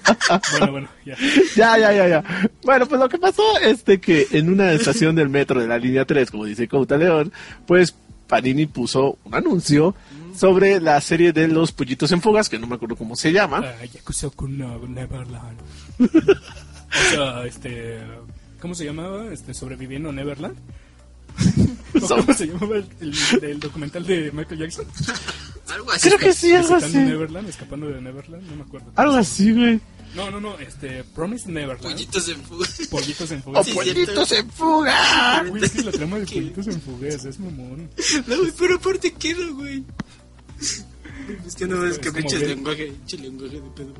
S2: Ah.
S1: Bueno, bueno, ya.
S2: Ya, ya, ya, ya. Bueno, pues lo que pasó es de que en una estación del metro de la línea 3, como dice Couta León, pues Panini puso un anuncio sobre la serie de los pollitos en fugas, que no me acuerdo cómo se llama.
S1: Ah, Yakusoku no Neverland. O sea, este. ¿Cómo se llamaba? Este, sobreviviendo a Neverland. ¿O ¿Cómo se llamaba el, el- el documental de Michael Jackson?
S3: Algo así.
S2: Creo que sí, algo
S1: Visitando
S2: así.
S1: Neverland, escapando de Neverland, no me acuerdo.
S2: Algo así, güey.
S1: No, no, no, este, Promise Neverland.
S3: Pollitos en fuga.
S1: Pollitos en
S2: ¡Oh,
S1: fugas.
S3: Sí,
S2: pollitos en fuga!
S1: Uy, es que la trama de pollitos en fugas es mamón.
S4: No, güey, pero aparte queda, güey. Es que no, es que
S1: Es como
S4: pinches
S1: ver-
S4: lenguaje, pinche lenguaje de pedo.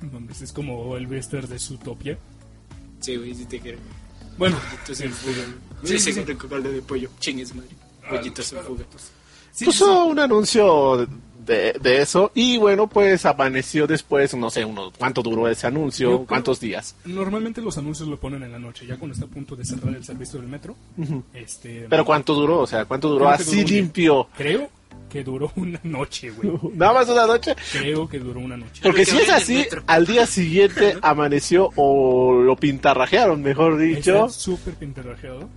S4: güey.
S1: Mames, es como el Wester de Zootopia.
S4: Sí, güey, sí te quiero.
S1: Bueno,
S4: Pollitos en
S1: este,
S4: fuga.
S1: sí,
S4: Sí,
S1: sí,
S4: sí,
S1: sí.
S4: con caldo de pollo. Chingues, madre. Pollitos en fuga.
S1: sí,
S2: Puso un anuncio de, de eso y bueno, pues amaneció después, no sé, uno, cuánto duró ese anuncio,
S1: Yo creo-
S2: cuántos días.
S1: Normalmente los anuncios lo ponen en la noche, ya cuando está a punto de cerrar el servicio del metro. este,
S2: Pero cuánto duró, o sea, cuánto duró
S1: Creo que
S2: así
S1: duró un día.
S2: limpio.
S1: creo que duró una noche, güey.
S2: Nada más una noche.
S1: Creo que duró una noche.
S2: Porque
S3: que
S2: si es
S3: había en el
S2: así,
S3: metro.
S2: al día siguiente amaneció o lo pintarrajearon, mejor dicho,
S1: Está súper pintarrajeado.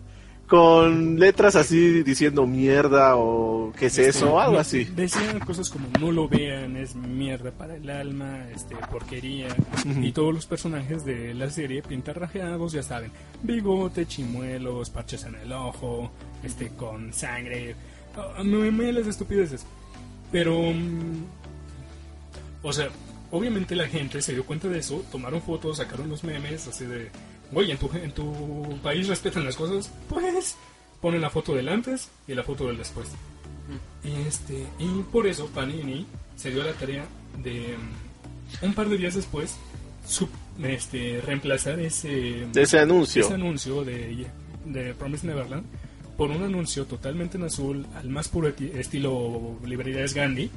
S2: con letras así diciendo mierda o qué es
S1: Este,
S2: eso, o algo
S1: no-
S2: así.
S1: Decían cosas como no lo vean, es mierda para el alma, este, porquería. Y todos los personajes de la serie pintarrajeados, ya saben, bigote, chimuelos, parches en el ojo, este, con sangre, ah, me- meles de estupideces. Pero, mm, o sea, obviamente la gente se dio cuenta de eso, tomaron fotos, sacaron los memes, así de, güey, ¿en tu, en tu país respetan las cosas, pues ponen la foto del antes y la foto del después. Y, este, y por eso Panini se dio a la tarea de mm, un par de días después su- este, reemplazar ese,
S2: De ese anuncio.
S1: ese anuncio de, de Promise Neverland por un anuncio totalmente en azul al más puro eti- estilo librerías Gandhi.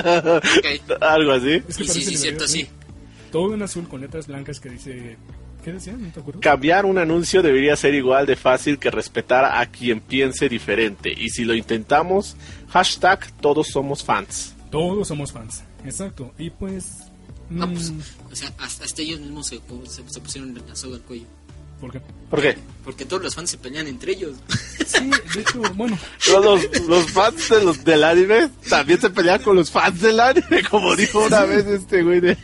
S3: Ok.
S2: Algo así.
S1: Es
S3: Y sí,
S1: parece
S3: sí, cierto,
S1: librerías
S3: sí.
S1: Gandhi. Todo en azul con letras blancas que dice... ¿Qué decían? ¿No te acuerdas?
S2: Cambiar un anuncio debería ser igual de fácil que respetar a quien piense diferente. Y si lo intentamos, hashtag todos somos fans.
S1: Todos somos fans. Exacto. Y pues...
S3: No,
S1: mm,
S3: pues, o sea, hasta, hasta ellos mismos se, se, se pusieron la soga al cuello.
S1: ¿Por qué?
S2: ¿Por qué?
S3: Porque todos los fans se pelean entre ellos.
S1: Sí, de hecho, bueno,
S2: Los, los fans de los, del anime también se pelean con los fans del anime, como dijo una vez este güey de,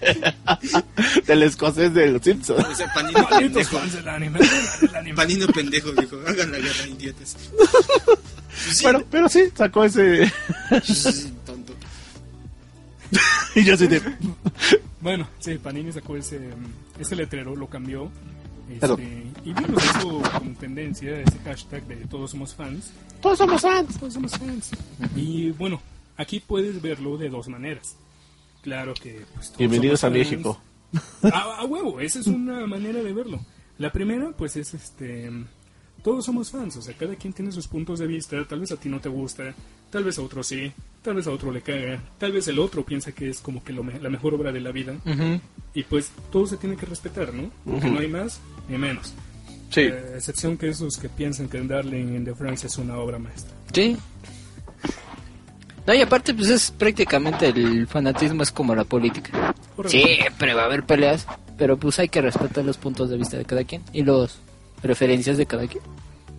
S2: del escocés de los Simpsons.
S4: O sea, panino
S1: malditos
S4: pendejo.
S1: fans del anime. del anime.
S4: Panino pendejo, dijo. Hagan la guerra, idiotas. Sí,
S2: Bueno, pero sí, sacó ese...
S4: Pues
S3: pues,
S4: tonto.
S2: Y yo así de...
S1: Bueno, sí, Panini sacó ese, mm, ese letrero, lo cambió.
S2: Perdón.
S1: Este, y bueno, se hizo como tendencia ese hashtag de todos somos fans.
S2: Todos somos fans.
S1: Todos somos fans. Y bueno, aquí puedes verlo de dos maneras. Claro que... pues, todos
S2: Bienvenidos a
S1: somos fans.
S2: México.
S1: A, a huevo, esa es una manera de verlo. La primera, pues es este. Todos somos fans, o sea, cada quien tiene sus puntos de vista. Tal vez a ti no te gusta, tal vez a otro sí, tal vez a otro le caga, tal vez el otro piensa que es como que lo me- la mejor obra de la vida. Y pues todo se tiene que respetar, ¿no? Porque no hay más ni menos.
S2: Sí.
S1: Eh, excepción que esos que piensan que Darling in the France es una obra maestra.
S3: Sí. No, y aparte, pues es prácticamente el fanatismo es como la política.
S1: Correcto.
S3: Siempre va a haber peleas, pero pues hay que respetar los puntos de vista de cada quien y las preferencias de cada quien,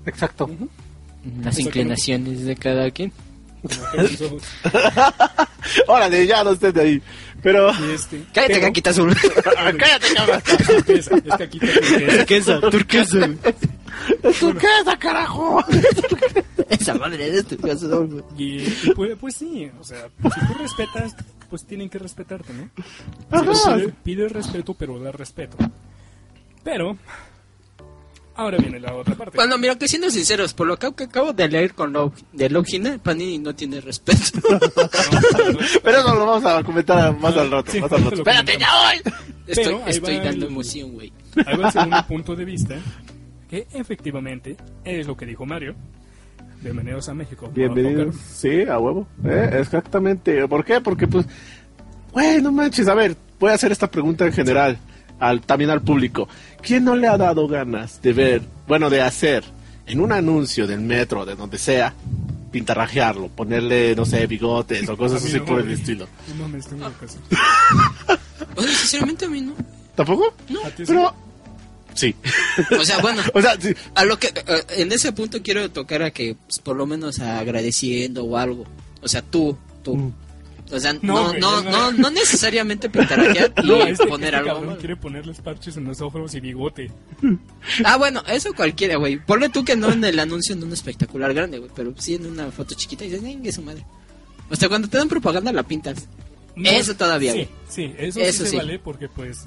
S2: Exacto.
S3: las
S1: Exactamente.
S3: inclinaciones de cada quien.
S1: Como que los ojos.
S2: Órale, ya no estés de ahí. Pero...
S1: Y este,
S3: Cállate,
S1: pero-
S3: Caquita Azul.
S2: Cállate, cabrón.
S1: Es que aquí te-
S4: Turquesa, turquesa.
S2: ¿Tú qué es, carajo?
S3: Esa madre de tu casa, güey.
S1: Y, y pues, pues sí, o sea, si tú respetas, pues tienen que respetarte, ¿no?
S2: Ajá.
S1: Pide, pide respeto, pero da respeto. Pero, ahora viene la otra parte.
S3: Este, Bueno, mira, que siendo sinceros, por lo que que acabo de leer con Log- de Logina, Panini no tiene respeto.
S1: No, no, no.
S2: Pero eso lo vamos a comentar más al rato.
S1: Sí,
S2: más al rato.
S1: ahorita lo
S2: Espérate, ya voy.
S3: Estoy,
S1: ahí va
S3: estoy dando
S1: el-
S3: emoción, güey.
S1: Ahí va el segundo punto de vista, que efectivamente es lo que dijo Mario. Bienvenidos a México.
S2: Bienvenidos. Sí, a huevo. Eh, exactamente. ¿Por qué? Porque pues, güey, no manches. A ver, voy a hacer esta pregunta en general, al, también al público. ¿Quién no le ha dado ganas de ver, bueno, de hacer en un anuncio del metro, de donde sea, pintarrajearlo, ponerle, no sé, bigotes o cosas
S1: A mí
S2: así
S1: no,
S2: por el
S1: güey.
S2: estilo?
S1: No me estoy muy loco.
S4: O sea, sinceramente a mí no.
S2: ¿Tampoco?
S1: ¿A ti sí?
S2: Pero, sí.
S3: O sea, bueno,
S2: o sea, sí.
S3: a lo que eh, en ese punto quiero tocar a que pues, por lo menos agradeciendo o algo. O sea, tú, tú. O sea, no,
S1: Mm. No,
S3: no,
S1: güey, no.
S3: no, no necesariamente pintarrajear y
S1: No, este,
S3: poner
S1: este
S3: algo.
S1: cabrón
S3: ¿no?
S1: quiere ponerles parches en los ojos y bigote.
S3: Ah, bueno, eso cualquiera, güey. Ponle tú que no en el anuncio en un espectacular grande, güey, pero sí en una foto chiquita y dices, "Ay, que su madre." O sea, cuando te dan propaganda la pintas.
S1: No,
S3: Eso todavía,
S1: Sí,
S3: güey.
S1: sí, eso,
S3: Eso
S1: sí,
S3: sí.
S1: se vale porque pues...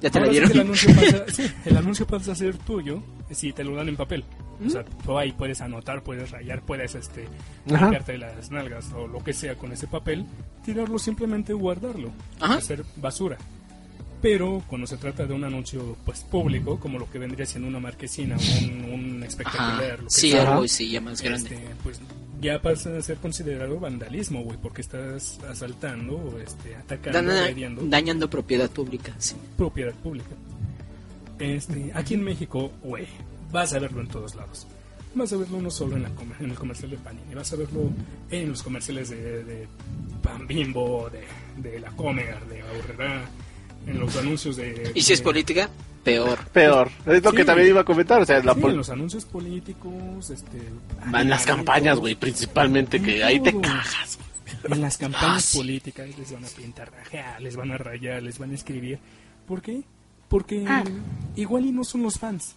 S3: Ya te la
S1: ahora sí que el,
S3: dieron.
S1: anuncio pasa, sí, el anuncio pasa a ser tuyo si te lo dan en papel. O sea, tú ahí puedes anotar, puedes rayar, puedes este,
S2: Ajá.
S1: marcarte las nalgas o lo que sea con ese papel, tirarlo simplemente guardarlo,
S3: Ajá.
S1: hacer basura. Pero cuando se trata de un anuncio pues público, como lo que vendría siendo una marquesina, un, un espectacular,
S3: Ajá.
S1: lo que
S3: Sí,
S1: sea,
S3: algo sí, ya más grande.
S1: este, pues ya pasa a ser considerado vandalismo, güey, porque estás asaltando, o, este, atacando,
S3: Dana-
S1: agrediendo
S3: dañando propiedad pública, sí.
S1: propiedad pública. Este, aquí en México, güey, vas a verlo en todos lados. Vas a verlo no solo en, la comer- en el comercial de Panini, vas a verlo en los comerciales de, de Pan Bimbo, de, de La Comer, de Aurrera, en los anuncios de...
S3: Y si es
S1: de-
S3: política, peor.
S2: Peor. Es lo
S1: Sí,
S2: que también
S1: güey.
S2: iba a comentar. O sea, la
S1: Sí,
S2: pol-
S1: en los anuncios políticos, este...
S2: en las
S1: animalitos,
S2: campañas, güey, principalmente, que ahí te
S1: Todo.
S2: cagas. güey.
S1: En las
S3: Ah,
S1: campañas
S3: sí.
S1: políticas les van a pintarrajear, les van a rayar, les van a escribir. ¿Por qué? Porque igual y no son los fans.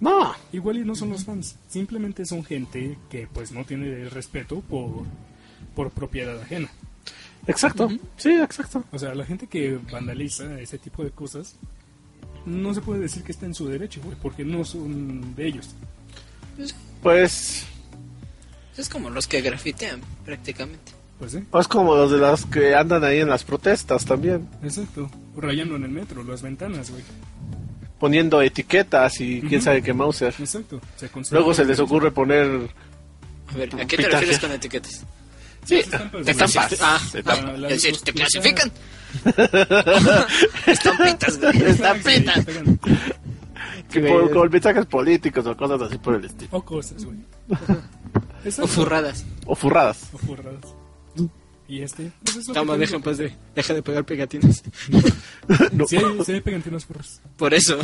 S2: No.
S1: Igual y no son los fans, simplemente son gente que pues no tiene el respeto por, por propiedad ajena.
S2: Exacto. Sí, exacto.
S1: O sea, la gente que vandaliza ese tipo de cosas no se puede decir que está en su derecho, güey, porque no son de ellos.
S2: Pues,
S3: Es como los que grafitean, prácticamente.
S1: Pues sí,
S2: es como los de las que andan ahí en las protestas también.
S1: exacto. Rayando en el metro, las ventanas, güey.
S2: Poniendo etiquetas y quién
S1: Ujú.
S2: sabe qué Mauser.
S1: Exacto. Se considera-
S2: Luego se les ocurre poner.
S3: A ver, ¿a qué te
S2: Pitaje.
S3: refieres con etiquetas?
S2: Sí,
S1: estampas,
S2: estampas.
S1: güey.
S3: Ah,
S2: Estampas.
S1: Ah,
S3: ah,
S1: las-
S3: es decir, te
S1: las-
S3: clasifican.
S1: Ah,
S3: Estampitas, güey.
S2: Estampitas.
S1: Sí, pegan.
S2: Que por- con mensajes políticos o cosas así por el estilo.
S1: O cosas, güey.
S3: O
S1: Exacto.
S3: furradas.
S2: O furradas.
S1: O furradas. Y este, pues es lo
S3: Toma,
S1: que
S3: deja en paz de, deja de pegar pegatinas.
S2: No.
S1: Sí, hay- sí hay pegantinas furras.
S3: Por eso.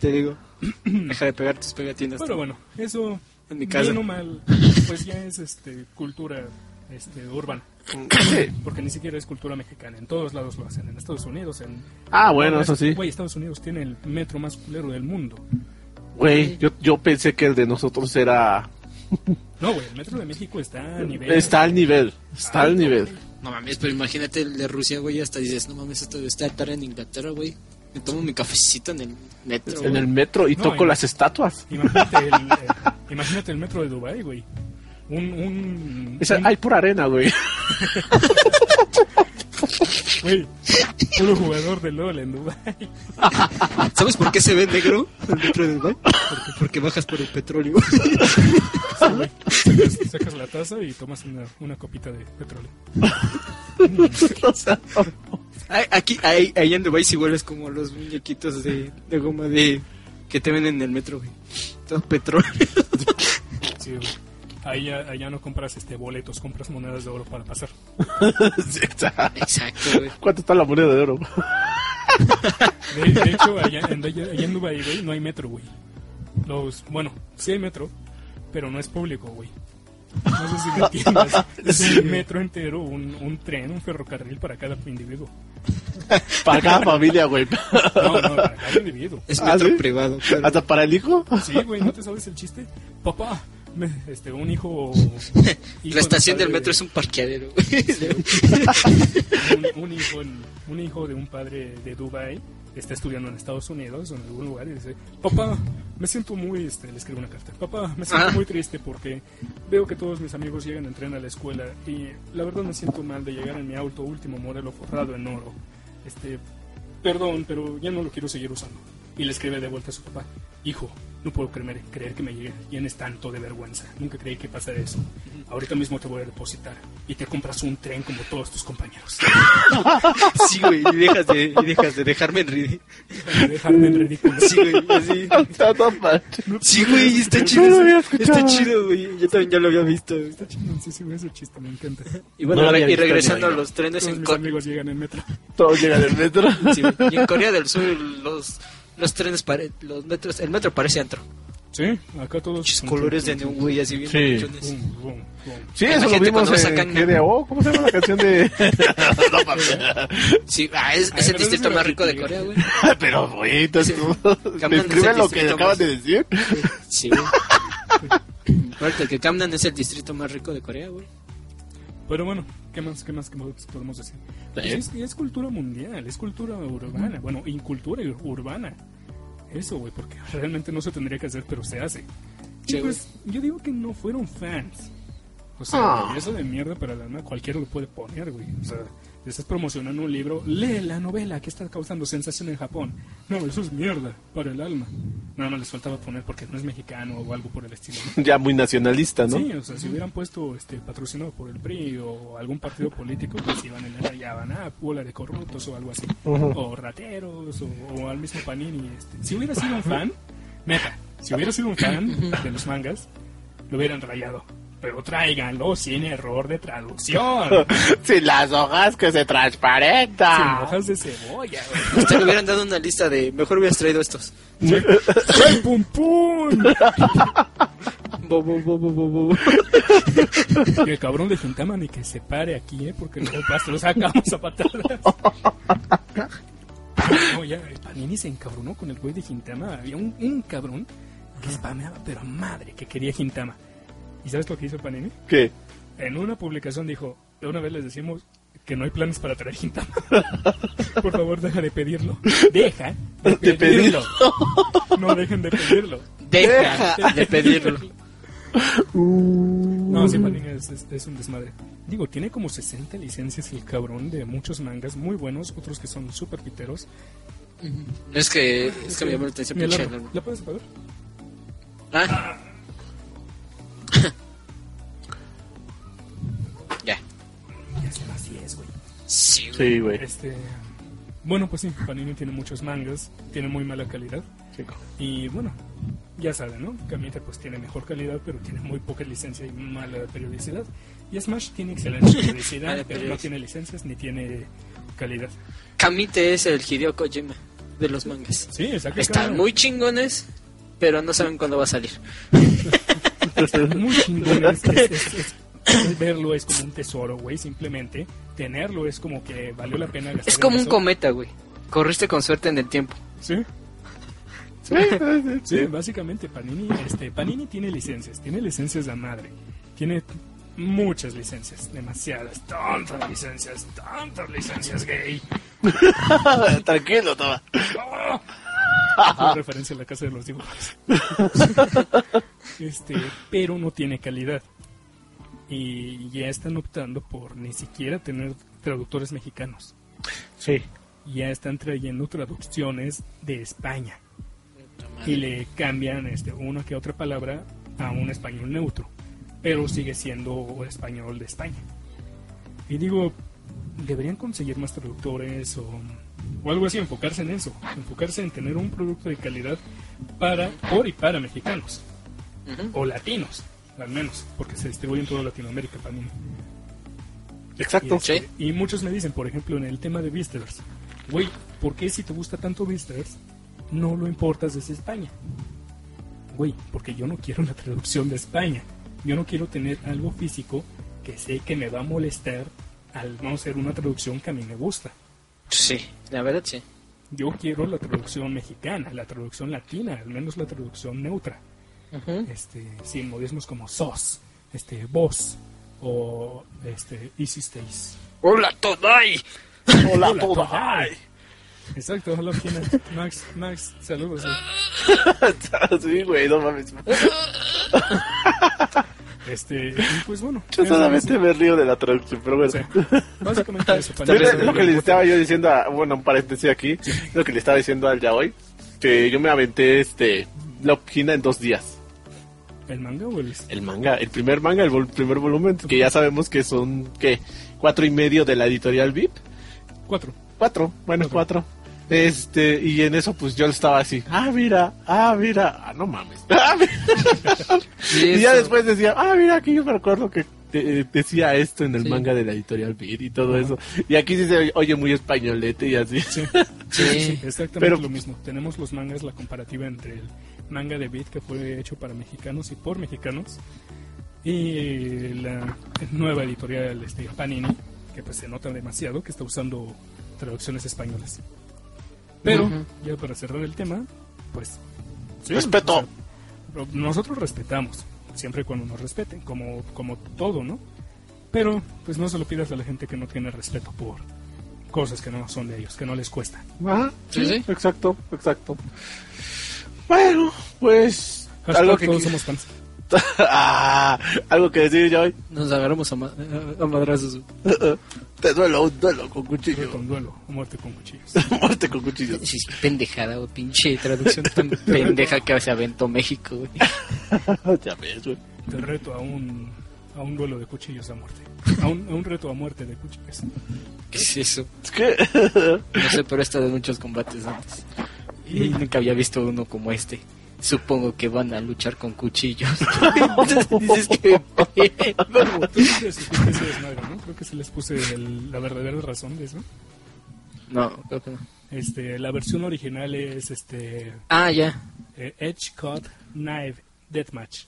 S3: Te digo. Deja de pegar tus pegatinas.
S1: Hmm. Pero bueno, eso
S3: En mi casa.
S1: bien o mal, pues ya es este cultura este urbana,
S2: Sí.
S1: porque ni siquiera es cultura mexicana, en todos lados lo hacen, en Estados Unidos, en
S2: Ah, bueno, eso sí.
S1: Güey, Estados Unidos tiene el metro más culero del mundo.
S2: Güey, yo, yo pensé que el de nosotros era.
S1: No, güey, el metro de México está a nivel
S2: Está al nivel. Está al nivel.
S3: No mames, pero imagínate el de Rusia, güey. Hasta dices, no mames, esto debe estar tarde en Inglaterra, güey. Me tomo mi cafecito en el metro.
S2: En
S3: güey.
S2: el metro y
S1: No,
S2: toco
S1: y-
S2: las estatuas.
S1: Imagínate el, el- imagínate el metro de Dubai, güey. Un un
S2: Esa,
S1: un-
S2: hay pura arena, güey.
S1: güey, puro jugador de LOL en Dubai.
S3: ¿Sabes por qué se ve negro el metro de Dubai? Porque, porque bajas por el petróleo.
S1: Sacas, sacas la taza y tomas una, una copita de petróleo.
S2: O sea,
S3: Ay, Aquí, ahí, ahí en Dubai sí hueles como los muñequitos de, de goma de que te venden en el metro, güey. Todo petróleo.
S1: Sí, güey. Ahí ya, ahí ya no compras este boletos, compras monedas de oro para pasar.
S2: sí, exacto.
S3: Exacto, güey.
S2: ¿Cuánto está la moneda de oro?
S1: De, de hecho, allá, en- allá en Dubai, güey, no hay metro, güey. Los, bueno, sí hay metro, pero no es público, güey. No sé si me entiendes. Es un metro entero, un, un tren, un ferrocarril para cada individuo.
S2: Para cada familia, güey.
S1: No, no, para cada individuo.
S3: Es
S2: ¿Ah,
S3: metro
S2: sí?
S3: privado. claro.
S2: ¿Hasta para el hijo?
S1: Sí, güey, ¿no te sabes el chiste? Papá, me- este, un hijo... hijo
S3: La estación
S1: de
S3: del
S1: padre-
S3: metro es un parqueadero, güey.
S1: un, un hijo, en- un hijo de un padre de Dubai está estudiando en Estados Unidos o en algún lugar y dice, papá, me siento muy, este, le escribe una carta, papá, me siento
S3: Ah.
S1: muy triste porque veo que todos mis amigos llegan en tren a la escuela y la verdad me siento mal de llegar en mi auto último modelo forrado en oro. Este, perdón, pero ya no lo quiero seguir usando. Y le escribe de vuelta a su papá, hijo, no puedo creer, creer que me llenes tanto de vergüenza. Nunca creí que pasara eso. Ahorita mismo te voy a depositar y te compras un tren como todos tus compañeros.
S3: Sí, güey, y dejas de, y dejas de dejarme en ridículo.
S1: Para dejarme en ridículo.
S3: Sí, güey, así.
S2: Está todo mal.
S3: Sí, güey, está chido.
S2: No lo había
S3: eso.
S2: escuchado.
S3: está chido, güey. Yo también ya lo había visto. güey.
S1: Está chingón, sí, sí, güey, ese chiste me encanta.
S3: Y bueno,
S2: No lo
S3: re-
S2: había
S3: y
S2: visto,
S3: regresando
S2: yo,
S3: a
S2: yo.
S3: los trenes
S1: Todos
S3: en
S1: mis
S3: Corea.
S1: amigos llegan en metro.
S2: Todos llegan al metro.
S3: y en Corea del Sur, los, los trenes, pare- los metros, el metro parece antro.
S1: Sí, acá todos.
S3: Muchos
S1: son-
S3: colores de neón, güey, así bien
S2: Sí.
S3: bonitones.
S1: Bum, bum, bum.
S2: Sí,
S3: Imagínate
S2: eso lo vimos
S3: cuando
S2: en
S3: sacan-
S2: GDAO. ¿Cómo se llama la canción de.? No mames.
S3: Sí, ah, es,
S1: Ay,
S3: es el
S1: pero
S3: distrito
S1: no
S3: más
S1: sé
S3: rico
S1: lo
S3: de
S1: que
S3: Corea,
S1: te
S3: güey.
S2: Pero, güey, entonces,
S3: Sí.
S2: ¿no?
S3: Cambian
S2: describe
S3: es el
S2: lo que
S3: distrito
S2: acabas
S3: más-
S2: de decir.
S3: Sí, güey. Aparte que Camden es el distrito más rico de Corea, güey.
S1: Pero bueno, ¿qué más, qué más, qué más podemos decir? Pues
S2: bien.
S1: es, es cultura mundial, es cultura urbana. Bueno, incultura ur- urbana. Eso, güey, porque realmente no se tendría que hacer, pero se hace. Y
S3: Sí,
S1: pues, yo digo que no fueron fans. O sea,
S2: Ah.
S1: güey, eso de mierda para el alma cualquiera lo puede poner, güey. O sea, te estás promocionando un libro, lee la novela que está causando sensación en Japón. No, eso es mierda para el alma. Nada más les faltaba poner porque no es mexicano o algo por el estilo. ¿no?
S2: Ya muy nacionalista, ¿no?
S1: Sí, o sea, si hubieran puesto este, patrocinado por el PRI o algún partido político, pues iban a rayaban a bola de corruptos o algo así. O rateros, o, o al mismo Panini. Este. Si hubiera sido un fan, neta, si hubiera sido un fan de los mangas, lo hubieran rayado. Pero tráiganlo sin error de traducción.
S2: Sin las hojas que se
S1: Sin
S2: transparentan.
S1: hojas de cebolla.
S3: Ustedes le hubieran dado una lista de mejor hubieras traído estos.
S1: güey. ¡Pum, pum!
S3: Bo, bo, bo, bo, bo, bo.
S1: Y el cabrón de Gintama ni que se pare aquí, ¿eh? Porque los papás lo sacamos a patadas. No, ya, el Panini se encabronó con el güey de Gintama. Había un, un cabrón que spameaba, pero a madre, que quería Gintama. ¿Y sabes lo que hizo el Panini?
S2: ¿Qué?
S1: En una publicación dijo, de una vez les decimos que no hay planes para traer Gintama. Por favor, deja de pedirlo. Deja de
S2: De
S1: pedirlo.
S2: pedirlo.
S1: No dejen de pedirlo.
S3: Deja de pedirlo.
S1: No, sí, Panini es, es- es un desmadre. Digo, tiene como 60 licencias el cabrón de muchos mangas muy buenos, otros que son súper piteros.
S3: No es que, es que me llamó la atención
S1: Mi
S3: pinche
S1: alarma.
S3: alarma.
S1: ¿La puedes apagar?
S3: Ah. ya.
S1: Ya son las 10, güey.
S3: Sí, güey.
S2: Sí, güey.
S1: Este, bueno, pues sí, Panini tiene muchos mangas, tiene muy mala calidad. Y bueno, ya saben, ¿no? Camita pues tiene mejor calidad, pero tiene muy poca licencia y mala periodicidad. Y Smash tiene excelente periodicidad,
S3: Mala
S1: pero no
S3: periodicidad.
S1: tiene licencias ni tiene calidad.
S3: Kamite es el Hideo Kojima de los mangas.
S1: Sí, exacto.
S3: Están
S1: cabrón.
S3: muy chingones, pero no saben cuándo va a salir.
S1: Están muy chingones. Es- es- es- es- verlo es como un tesoro, güey, simplemente. Tenerlo es como que valió la pena gastar.
S3: Es como
S1: en
S3: un
S1: eso.
S3: cometa, güey. Corriste con suerte en el tiempo.
S1: Sí.
S2: Sí, sí,
S1: Sí,
S2: sí.
S1: básicamente Panini, este, Panini tiene licencias, tiene licencias de madre, tiene muchas licencias, demasiadas, tantas licencias, tantas licencias gay.
S2: Tranquilo, toma.
S1: ¡Ah! Hago referencia a la casa de los dibujos. este, pero no tiene calidad. Y ya están optando por ni siquiera tener traductores mexicanos.
S2: Sí.
S1: Ya están trayendo traducciones de España. y le cambian este, una que otra palabra a un español neutro, pero sigue siendo español de España. Y digo, deberían conseguir más traductores o, o algo así, enfocarse en eso, enfocarse en tener un producto de calidad para, por y para mexicanos,
S3: Ujú.
S1: o latinos, al menos, porque se distribuye en toda Latinoamérica también.
S2: Exacto.
S3: Sí.
S1: Y muchos me dicen, por ejemplo, en el tema de Beastars, güey, ¿por qué si te gusta tanto Beastars no lo importas desde España? Güey, porque yo no quiero la traducción de España. Yo no quiero tener algo físico que sé que me va a molestar al no ser una traducción que a mí me gusta.
S3: Sí, la verdad sí.
S1: Yo quiero la traducción mexicana, la traducción latina, al menos la traducción neutra.
S3: Ujú.
S1: Este, sin modismos como sos, este, vos o este, hicisteis.
S3: Hola, Todai.
S2: Hola,
S1: Hola,
S2: toma.
S1: Todai. Exacto, hola Gina. Max, Max, saludos. eh. güey.
S2: Sí, güey, no mames.
S1: Este, y pues bueno.
S2: Yo
S1: eso,
S2: solamente me río de la traducción, pero bueno.
S1: eso, sí. Básicamente eso.
S2: Yo
S1: Panini.
S2: le- lo que le estaba yo diciendo a, bueno, un paréntesis aquí, lo que le estaba diciendo al Yaoi, este, yo me aventé este la Oquina en dos días.
S1: ¿El manga o el este?
S2: El manga, el primer manga, el vol- primer volumen, que ya sabemos que son que cuatro y medio de la editorial VIP.
S1: Cuatro.
S2: Cuatro, bueno, cuatro. Este, y en eso pues yo estaba así, ah, mira, ah, mira, ah, no mames. Ah, mira. Y ya
S5: eso.
S2: después decía, ah, mira, aquí yo me acuerdo que te- eh, decía esto en el
S5: Sí.
S2: manga de la editorial Beat y todo eso. Y aquí sí se oye- oye muy españolete y así.
S5: Sí.
S1: Exactamente
S2: Pero-
S1: lo mismo. Tenemos los mangas, la comparativa entre el manga de Beat que fue hecho para mexicanos y por mexicanos y la nueva editorial este, Panini, que pues se nota demasiado que está usando traducciones españolas. Pero,
S5: Ujú.
S1: ya para cerrar el tema, pues... sí,
S2: Respeto.
S1: o sea, ro- nosotros respetamos, siempre y cuando nos respeten, como, como todo, ¿no? Pero, pues no se lo pidas a la gente que no tiene respeto por cosas que no son de ellos, que no les cuesta.
S2: Ajá,
S5: Sí, sí.
S2: Exacto, exacto. Bueno, pues
S1: Hashtag
S2: algo que,
S1: todos somos fans.
S2: Ah, algo que decir yo hoy.
S5: Nos agarramos a, ma- a madrazos.
S2: Te duelo, un duelo con cuchillo.
S1: Duelo con duelo, muerte con cuchillos.
S2: Muerte con cuchillo.
S3: Sí, sí, pendejada, güey, pinche traducción tan pendeja que se aventó México, güey.
S2: ya ves, güey.
S1: Te reto a un, a un duelo de cuchillos a muerte. A un, a un reto a muerte de cuchillos.
S3: ¿Qué es eso?
S2: Es que
S3: No sé, pero he estado en muchos combates antes. Y nunca había visto uno como este. Supongo que van a luchar con cuchillos. Entonces dices que pedo, güey.
S1: Entonces, ya supiste ese desmadre, ¿no? Creo que se les puse el- la verdadera razón de eso.
S3: No, creo que no.
S1: Este, la versión original es este
S3: Ah, ya.
S1: eh, Edge Cut Knife Deathmatch.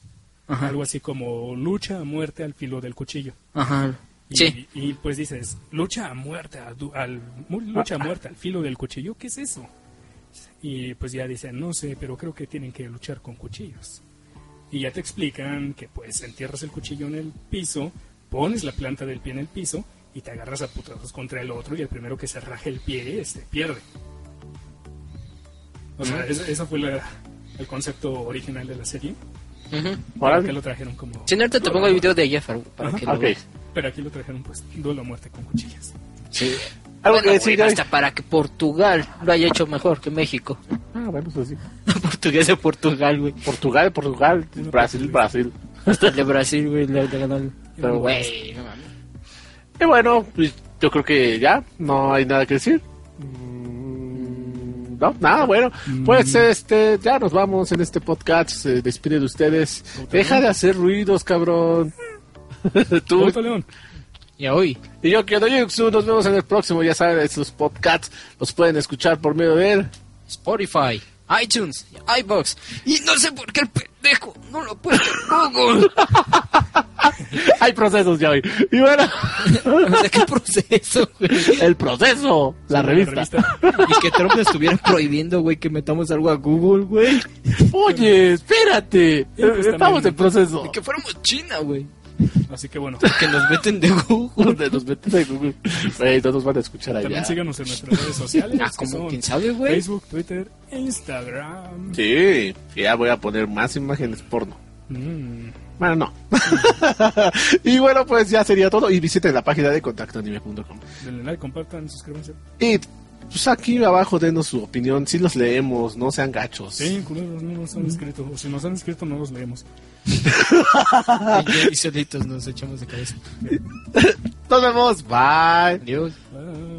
S3: Ajá.
S1: Algo así como lucha a muerte al filo del cuchillo.
S3: Ajá.
S1: Y,
S3: Sí.
S1: y, pues dices, lucha a muerte, a du- al, mu- lucha a muerte al filo del cuchillo, ¿qué es eso? Y pues ya dicen, no sé, pero creo que tienen que luchar con cuchillos. Y ya te explican que pues entierras el cuchillo en el piso, pones la planta del pie en el piso y te agarras a putazos contra el otro y el primero que se raje el pie, este, pierde. O sea, eso, eso fue la- el concepto original de la serie,
S5: Ujú.
S1: para
S2: Órale.
S1: que lo trajeron como...
S3: Si no, ahorita te pongo el video de Jeffar para
S1: Ajá,
S3: que lo
S2: Ok.
S3: veas.
S1: Pero aquí lo trajeron pues duelo a muerte con cuchillos.
S3: Sí.
S2: Algo
S3: Bueno,
S2: que decir
S3: güey,
S2: hoy.
S3: hasta para que Portugal lo haya hecho mejor que México.
S2: Ah, bueno, pues sí.
S3: Portugués de Portugal, güey.
S2: Portugal, Portugal, Brasil, Brasil.
S3: Hasta el de Brasil, güey, le le ganó el... Pero, güey, no mames.
S2: Y bueno, pues yo creo que ya no hay nada que decir. Mm, No, nada, bueno. Pues este, ya nos vamos en este podcast. Se despide de ustedes. Deja de hacer ruidos, cabrón. Tú
S1: Puta, León.
S3: Y a hoy.
S2: y yo, Kyoto Yuxu, nos vemos en el próximo. Ya saben, estos podcasts los pueden escuchar por medio de él.
S3: Spotify, iTunes, iBox. Y no sé por qué el pendejo no lo puede en Google.
S2: hay procesos ya hoy. Y bueno,
S3: O sea, qué proceso, güey.
S2: el proceso, la revista.
S3: Y que Trump estuviera prohibiendo, güey, que metamos algo a Google, güey.
S2: Oye, espérate.
S1: pues,
S2: Estamos
S1: también-
S2: en proceso.
S3: Que fuéramos China, güey.
S1: Así que bueno,
S3: Que nos meten de Google.
S2: Donde nos meten en Google. Güey, no nos van a escuchar allá.
S1: también síganos en nuestras redes sociales.
S3: Ah,
S1: que
S3: como
S1: son
S3: quién sabe, güey.
S1: Facebook, Twitter, Instagram.
S2: Sí, que ya voy a poner más imágenes porno.
S1: Mm.
S2: Bueno, no. y bueno, pues ya sería todo. Y visiten la página de contactoanime.com.
S1: Denle like, compartan, suscríbanse.
S2: Y pues aquí abajo denos su opinión. Si los leemos, no sean gachos.
S1: Sí, culeros, no nos han escrito. O si nos han escrito, no los leemos.
S3: Y solitos nos echamos de cabeza.
S2: Nos vemos. Bye.
S3: Adiós.
S1: Ah.